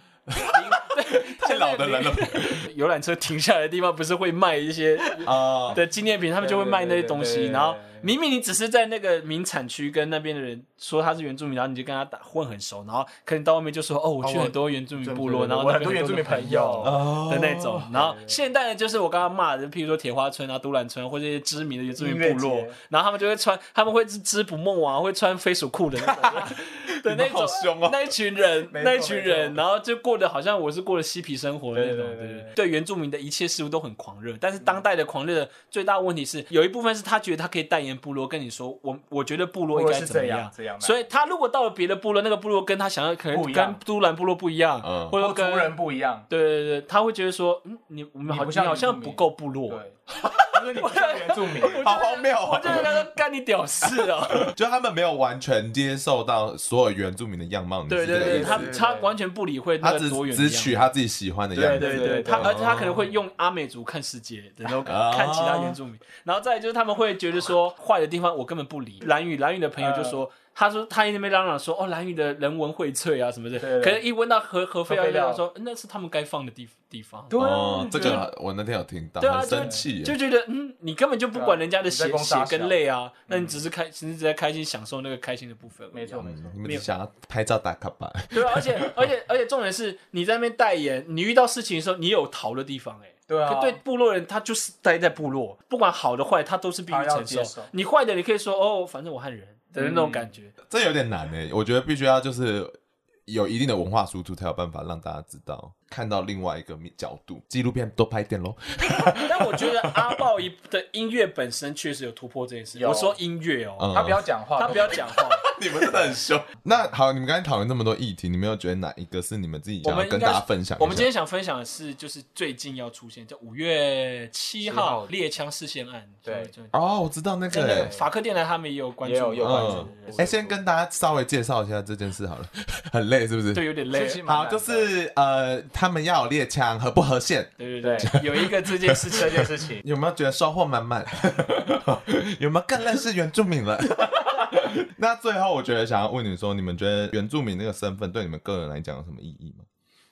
Speaker 1: 太老的人了
Speaker 3: 游览车停下来的地方不是会卖一些
Speaker 1: 啊，
Speaker 3: 的纪念品，他们就会卖那些东
Speaker 2: 哦对对对
Speaker 3: 西。
Speaker 2: 对
Speaker 3: 然后明明你只是在那个名产区跟那边的人说他是原住民，然后你就跟他打混很熟，然后可能到外面就说哦，我去
Speaker 2: 哦我
Speaker 3: 很多原住民部落，
Speaker 2: 对对对
Speaker 3: 然后
Speaker 2: 我很
Speaker 3: 那边
Speaker 2: 多原住民朋友。
Speaker 1: 哦
Speaker 3: 的那种。然后现代的就是我刚刚骂的，譬如说铁花村啊、都兰村或者一些知名的原住民部
Speaker 2: 音
Speaker 3: 落
Speaker 2: 乐节，
Speaker 3: 然后他们就会穿，他们会织织捕梦网，会穿飞鼠裤的 那种。的那
Speaker 1: 好
Speaker 3: 种
Speaker 1: 凶哦
Speaker 3: 那一群人，
Speaker 2: 没错
Speaker 3: 那一群人，
Speaker 2: 没错
Speaker 3: 然后就过得好像我是过得嬉皮生活的那种，
Speaker 2: 对对对
Speaker 3: 对
Speaker 2: 对嗯
Speaker 3: 对原住民的一切事物都很狂热，但是当代的狂热的最大问题是，有一部分是他觉得他可以代言部落，跟你说我我觉得部落应该怎么
Speaker 2: 部落是这样这样的
Speaker 3: 所以他如果到了别的部落，那个部落跟他想要可能
Speaker 2: 不一样
Speaker 3: 跟都兰部落不一样，
Speaker 1: 嗯
Speaker 3: 或者
Speaker 2: 或
Speaker 3: 跟
Speaker 2: 族人不一样，
Speaker 3: 对对对，他会觉得说，嗯，你我们
Speaker 2: 你
Speaker 3: 好
Speaker 2: 不
Speaker 3: 你
Speaker 2: 像
Speaker 3: 好
Speaker 2: 原
Speaker 3: 像
Speaker 2: 住
Speaker 3: 不
Speaker 2: 民
Speaker 3: 够部落。
Speaker 2: 对， 他说你不像原住民，
Speaker 1: 好荒谬
Speaker 3: 我
Speaker 1: 哦
Speaker 3: 就！觉得说干你屌事 哦！
Speaker 1: 就他们没有完全接受到所有原住民的样貌，你
Speaker 3: 对
Speaker 1: 是
Speaker 3: 对
Speaker 1: 这个
Speaker 3: 对，
Speaker 1: 意思
Speaker 3: 他
Speaker 2: 对对
Speaker 3: 他完全不理会那
Speaker 1: 他
Speaker 3: 个
Speaker 1: 只
Speaker 3: 多元的
Speaker 1: 只
Speaker 3: 样
Speaker 1: 取
Speaker 3: 貌
Speaker 1: 他自己喜欢的样子，
Speaker 3: 对对
Speaker 2: 对
Speaker 3: 对，他
Speaker 2: 对哦
Speaker 3: 而且他可能会用阿美族看世界的那种
Speaker 1: 哦
Speaker 3: 看其他原住民，然后再来就是他们会觉得
Speaker 2: 哦
Speaker 3: 说坏的地方我根本不理。蓝宇蓝宇的朋友就说。
Speaker 2: 嗯
Speaker 3: 他说他一直没嚷嚷说哦，蓝宇的人文荟萃啊什么的，
Speaker 2: 对对
Speaker 3: 可是一问到核核废料，
Speaker 2: 核废料
Speaker 3: 啊他说那是他们该放的地地方。
Speaker 2: 对
Speaker 1: 哦，这
Speaker 2: 对
Speaker 1: 个我那天有听到，
Speaker 3: 啊对啊，
Speaker 1: 很
Speaker 3: 就
Speaker 1: 生气耶，
Speaker 3: 就觉得嗯，你根本就不管人家的
Speaker 2: 对
Speaker 3: 血
Speaker 2: 啊你在攻
Speaker 3: 血
Speaker 2: 杀
Speaker 3: 跟
Speaker 2: 小
Speaker 3: 泪啊，那你只是开，只是在开心享受那个开心的部分而已啊。
Speaker 2: 没错没错
Speaker 1: 嗯，你们
Speaker 3: 没
Speaker 1: 只
Speaker 3: 有
Speaker 1: 想要拍照打卡吧？
Speaker 3: 对啊，而且而且而且重点是你在那边代言，你遇到事情的时候，你有逃的地方哎、欸。
Speaker 2: 对啊
Speaker 3: 可对部落人，他就是待在部落，不管好的坏，他都是必须
Speaker 2: 他要
Speaker 3: 承
Speaker 2: 接
Speaker 3: 受。
Speaker 2: 受嗯
Speaker 3: 你坏的，你可以说哦，反正我汉人的那种感觉。
Speaker 1: 这有点难诶，我觉得必须要就是有一定的文化输出，才有办法让大家知道看到另外一个面角度。纪录片多拍一点喽，
Speaker 3: 但我觉得阿豹一的音乐本身确实有突破这件事。
Speaker 2: 有
Speaker 3: 我说音乐哦，
Speaker 1: 嗯
Speaker 2: 他不要讲话，
Speaker 3: 他不要讲 话。
Speaker 1: 你们真 的很凶。那好，你们刚才讨论那么多议题，你们有觉得哪一个是你们自己
Speaker 3: 我
Speaker 1: 想
Speaker 3: 们
Speaker 1: 要跟
Speaker 3: 应该
Speaker 1: 大家分享一下？
Speaker 3: 我们今天想分享的是，就是最近要出现，叫五月七
Speaker 2: 7号
Speaker 3: 号猎枪事件案。
Speaker 2: 对
Speaker 3: 就，就
Speaker 1: 哦，我知道那
Speaker 3: 真
Speaker 1: 个
Speaker 3: 的
Speaker 1: 耶。
Speaker 3: 法克电台他们也有关注，
Speaker 2: 也有也有关注
Speaker 1: 嗯，哎，先跟大家稍微介绍一下这件事好了， 很累是不是？
Speaker 3: 对，有点累
Speaker 2: 最。起码
Speaker 1: 好，就是呃，他们要有猎枪合不合宪？
Speaker 3: 对对 对，有一个这件事情，
Speaker 2: 这件事情，
Speaker 1: 有没有觉得收获满满？ 有没有更认识原住民了？ 那最后，我觉得想要问你说，你们觉得原住民那个身份对你们个人来讲有什么意义吗？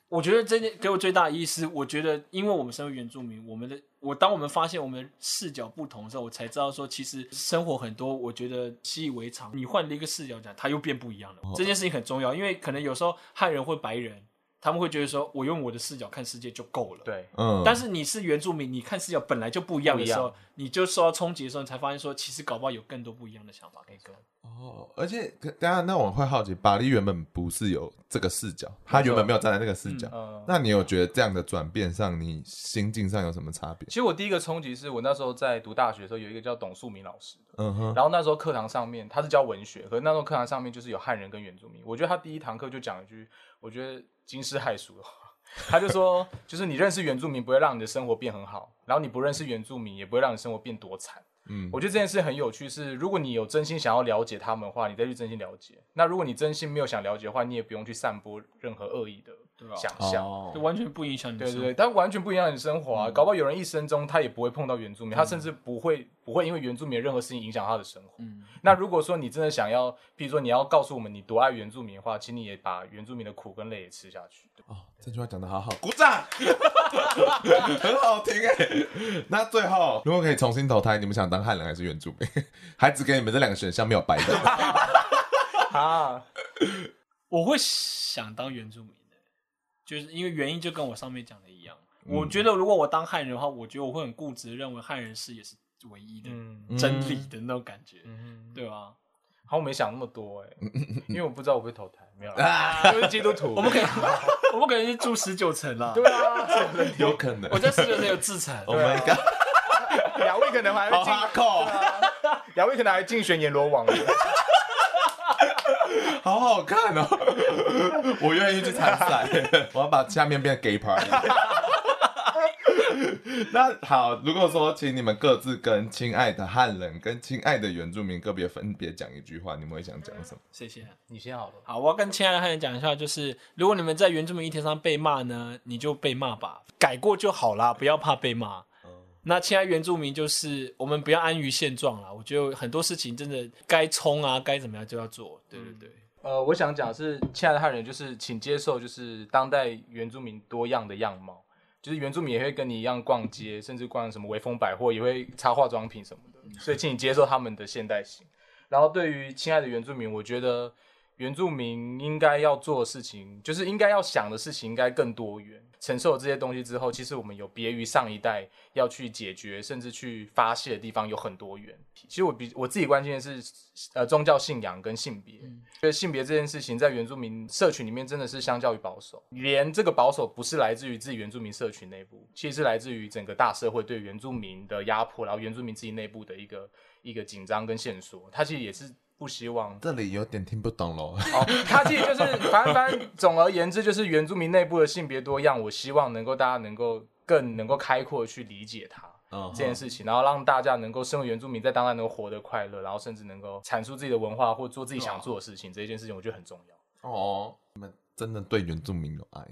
Speaker 3: 我觉得这件给我最大的意思，我觉得因为我们身为原住民，我们的我当我们发现我们的视角不同的时候，我才知道说，其实生活很多我觉得习以为常，你换了一个视角讲，它又变不一样
Speaker 2: 哦
Speaker 3: 了。这件事情很重要，因为可能有时候汉人或白人，他们会觉得说我用我的视角看世界就够了。
Speaker 2: 对，
Speaker 1: 嗯，
Speaker 3: 但是你是原住民，你看视角本来就不一样的时
Speaker 2: 不一
Speaker 3: 候，你就受到冲击的时候，你才发现说，其实搞不好有更多不一样的想法可以跟。
Speaker 1: 哦，而且可等一下，那我会好奇，巴利原本不是有这个视角，他原本没有站在那个视角。
Speaker 2: 嗯，
Speaker 1: 那你有觉得这样的转变上，你心境上有什么差别
Speaker 2: 其？实我第一个冲击是我那时候在读大学的时候，有一个叫董素明老师的，
Speaker 1: 嗯哼，
Speaker 2: 然后那时候课堂上面他是教文学，可是那时候课堂上面就是有汉人跟原住民，我觉得他第一堂课就讲一句，我觉得惊世骇俗的话，哦 他就说，就是你认识原住民不会让你的生活变很好，然后你不认识原住民也不会让你生活变多惨。嗯，我觉得这件事很有趣是，如果你有真心想要了解他们的话，你再去真心了解；那如果你真心没有想了解的话，你也不用去散播任何恶意的想
Speaker 4: 哦
Speaker 2: 象。
Speaker 3: 就完全不影响你的
Speaker 2: 对
Speaker 3: 生
Speaker 2: 对
Speaker 3: 活。
Speaker 2: 对，但完全不一样的生活啊！搞不好有人一生中他也不会碰到原住民，他甚至不会不会因为原住民的任何事情影响他的生活。那如果说你真的想要，譬如说你要告诉我们你多爱原住民的话，请你也把原住民的苦跟累也吃下去。
Speaker 1: 哦，这句话讲的好好，鼓掌， 很好听哎、那最后，如果可以重新投胎，你们想当汉人还是原住民？ 还只给你们这两个选项，没有白的。
Speaker 2: 啊，
Speaker 3: 我会想当原住民的，就是因为原因就跟我上面讲的一样。我
Speaker 2: 嗯
Speaker 3: 觉得如果我当汉人的话，我觉得我会很固执，认为汉人是也是唯一的、
Speaker 2: 嗯
Speaker 3: 真理的那种感觉，
Speaker 2: 嗯，
Speaker 3: 对吧？
Speaker 2: 好，我没想那么多 哎、因为我不知道我会投胎，没有啦，因为基督徒。
Speaker 3: 我们可以， 我们可能是住十九层啦。
Speaker 2: 对哦啊，
Speaker 1: 有可能
Speaker 3: 我。在十九层有自残，
Speaker 1: Oh my god，Oh
Speaker 2: 两位可能还会
Speaker 1: 好
Speaker 2: 进，
Speaker 1: 哈口，
Speaker 2: 两位可能还竞选阎罗王了。
Speaker 1: 好好看哦！ 我愿意去参赛， 我要把下面变 gay party。那好，如果说请你们各自跟亲爱的汉人跟亲爱的原住民个别分别讲一句话，你们会想讲什么？
Speaker 3: 谢谢。
Speaker 2: 你先好了，
Speaker 3: 好，我要跟亲爱的汉人讲一下，就是如果你们在原住民议题上被骂呢，你就被骂吧，改过就好啦，不要怕被骂。那亲爱原住民就是我们不要安于现状啦，我觉得很多事情真的该冲啊，该怎么样就要做。对对对，
Speaker 2: 呃，我想讲是，亲爱的汉人，就是请接受，就是当代原住民多样的样貌，就是原住民也会跟你一样逛街，甚至逛什么微风百货，也会擦化妆品什么的，所以请你接受他们的现代性。然后对于亲爱的原住民，我觉得原住民应该要做的事情，就是应该要想的事情应该更多元。承受这些东西之后，其实我们有别于上一代要去解决甚至去发泄的地方有很多元。其实我比我自己关心的是，呃，宗教信仰跟性别。觉得性别这件事情在原住民社群里面真的是相较于保守，连这个保守不是来自于自己原住民社群内部，其实是来自于整个大社会对原住民的压迫，然后原住民自己内部的一个一个紧张跟线索。他其实也是不希望
Speaker 1: 这里有点听不懂喽。
Speaker 2: 哦，他其实就是，反正反正，总而言之，就是原住民内部的性别多样，我希望能够大家能够更能够开阔地去理解它。
Speaker 1: 嗯
Speaker 2: 这件事情，然后让大家能够身为原住民，在当代能够活得快乐，然后甚至能够阐述自己的文化或做自己想做的事情，这一件事情我觉得很重要。
Speaker 1: 哦，你们真的对原住民有爱，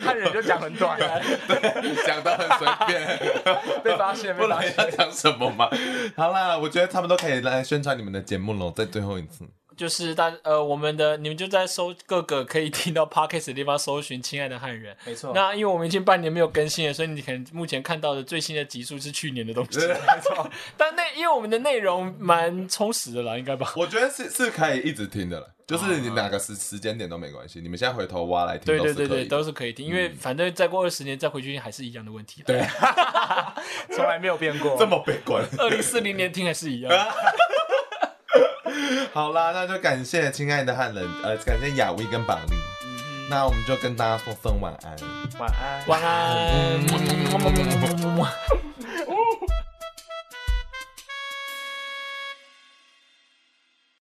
Speaker 2: 汉人就讲很短，
Speaker 1: 讲的很随便，
Speaker 2: 被发现，
Speaker 1: 不
Speaker 2: 被发
Speaker 1: 然要
Speaker 2: 现。
Speaker 1: 讲什么嘛？好啦，我觉得他们都可以来宣传你们的节目喽，在最后一 次。
Speaker 3: 就是大呃，我们的你们就在搜各个可以听到 podcast 的地方搜寻“亲爱的汉人”。
Speaker 2: 没错，
Speaker 3: 那因为我们已经半年没有更新了，所以你可能目前看到的最新的集数是去年的东西。
Speaker 1: 呃
Speaker 3: 没错， 但那因为我们的内容蛮充实的啦，应该吧？
Speaker 1: 我觉得是是可以一直听的了，就是你哪个时时间点都没关系，你们现在回头挖来听
Speaker 3: 对
Speaker 1: 都
Speaker 3: 对
Speaker 1: 是
Speaker 3: 对
Speaker 1: 可
Speaker 3: 对，
Speaker 1: 以嗯
Speaker 3: 都
Speaker 1: 的。
Speaker 3: 是可以听，因为反正再过二十年再回去听还是一样的问题。啊对，
Speaker 2: 从来没有变过。
Speaker 1: 这么悲观。
Speaker 3: 二零四零年听还是一样。
Speaker 1: 好啦，那就感谢亲爱的汉人，呃，感谢雅威跟榜丽。那 我们就跟大家说声晚安。
Speaker 2: 晚安。
Speaker 3: 晚安。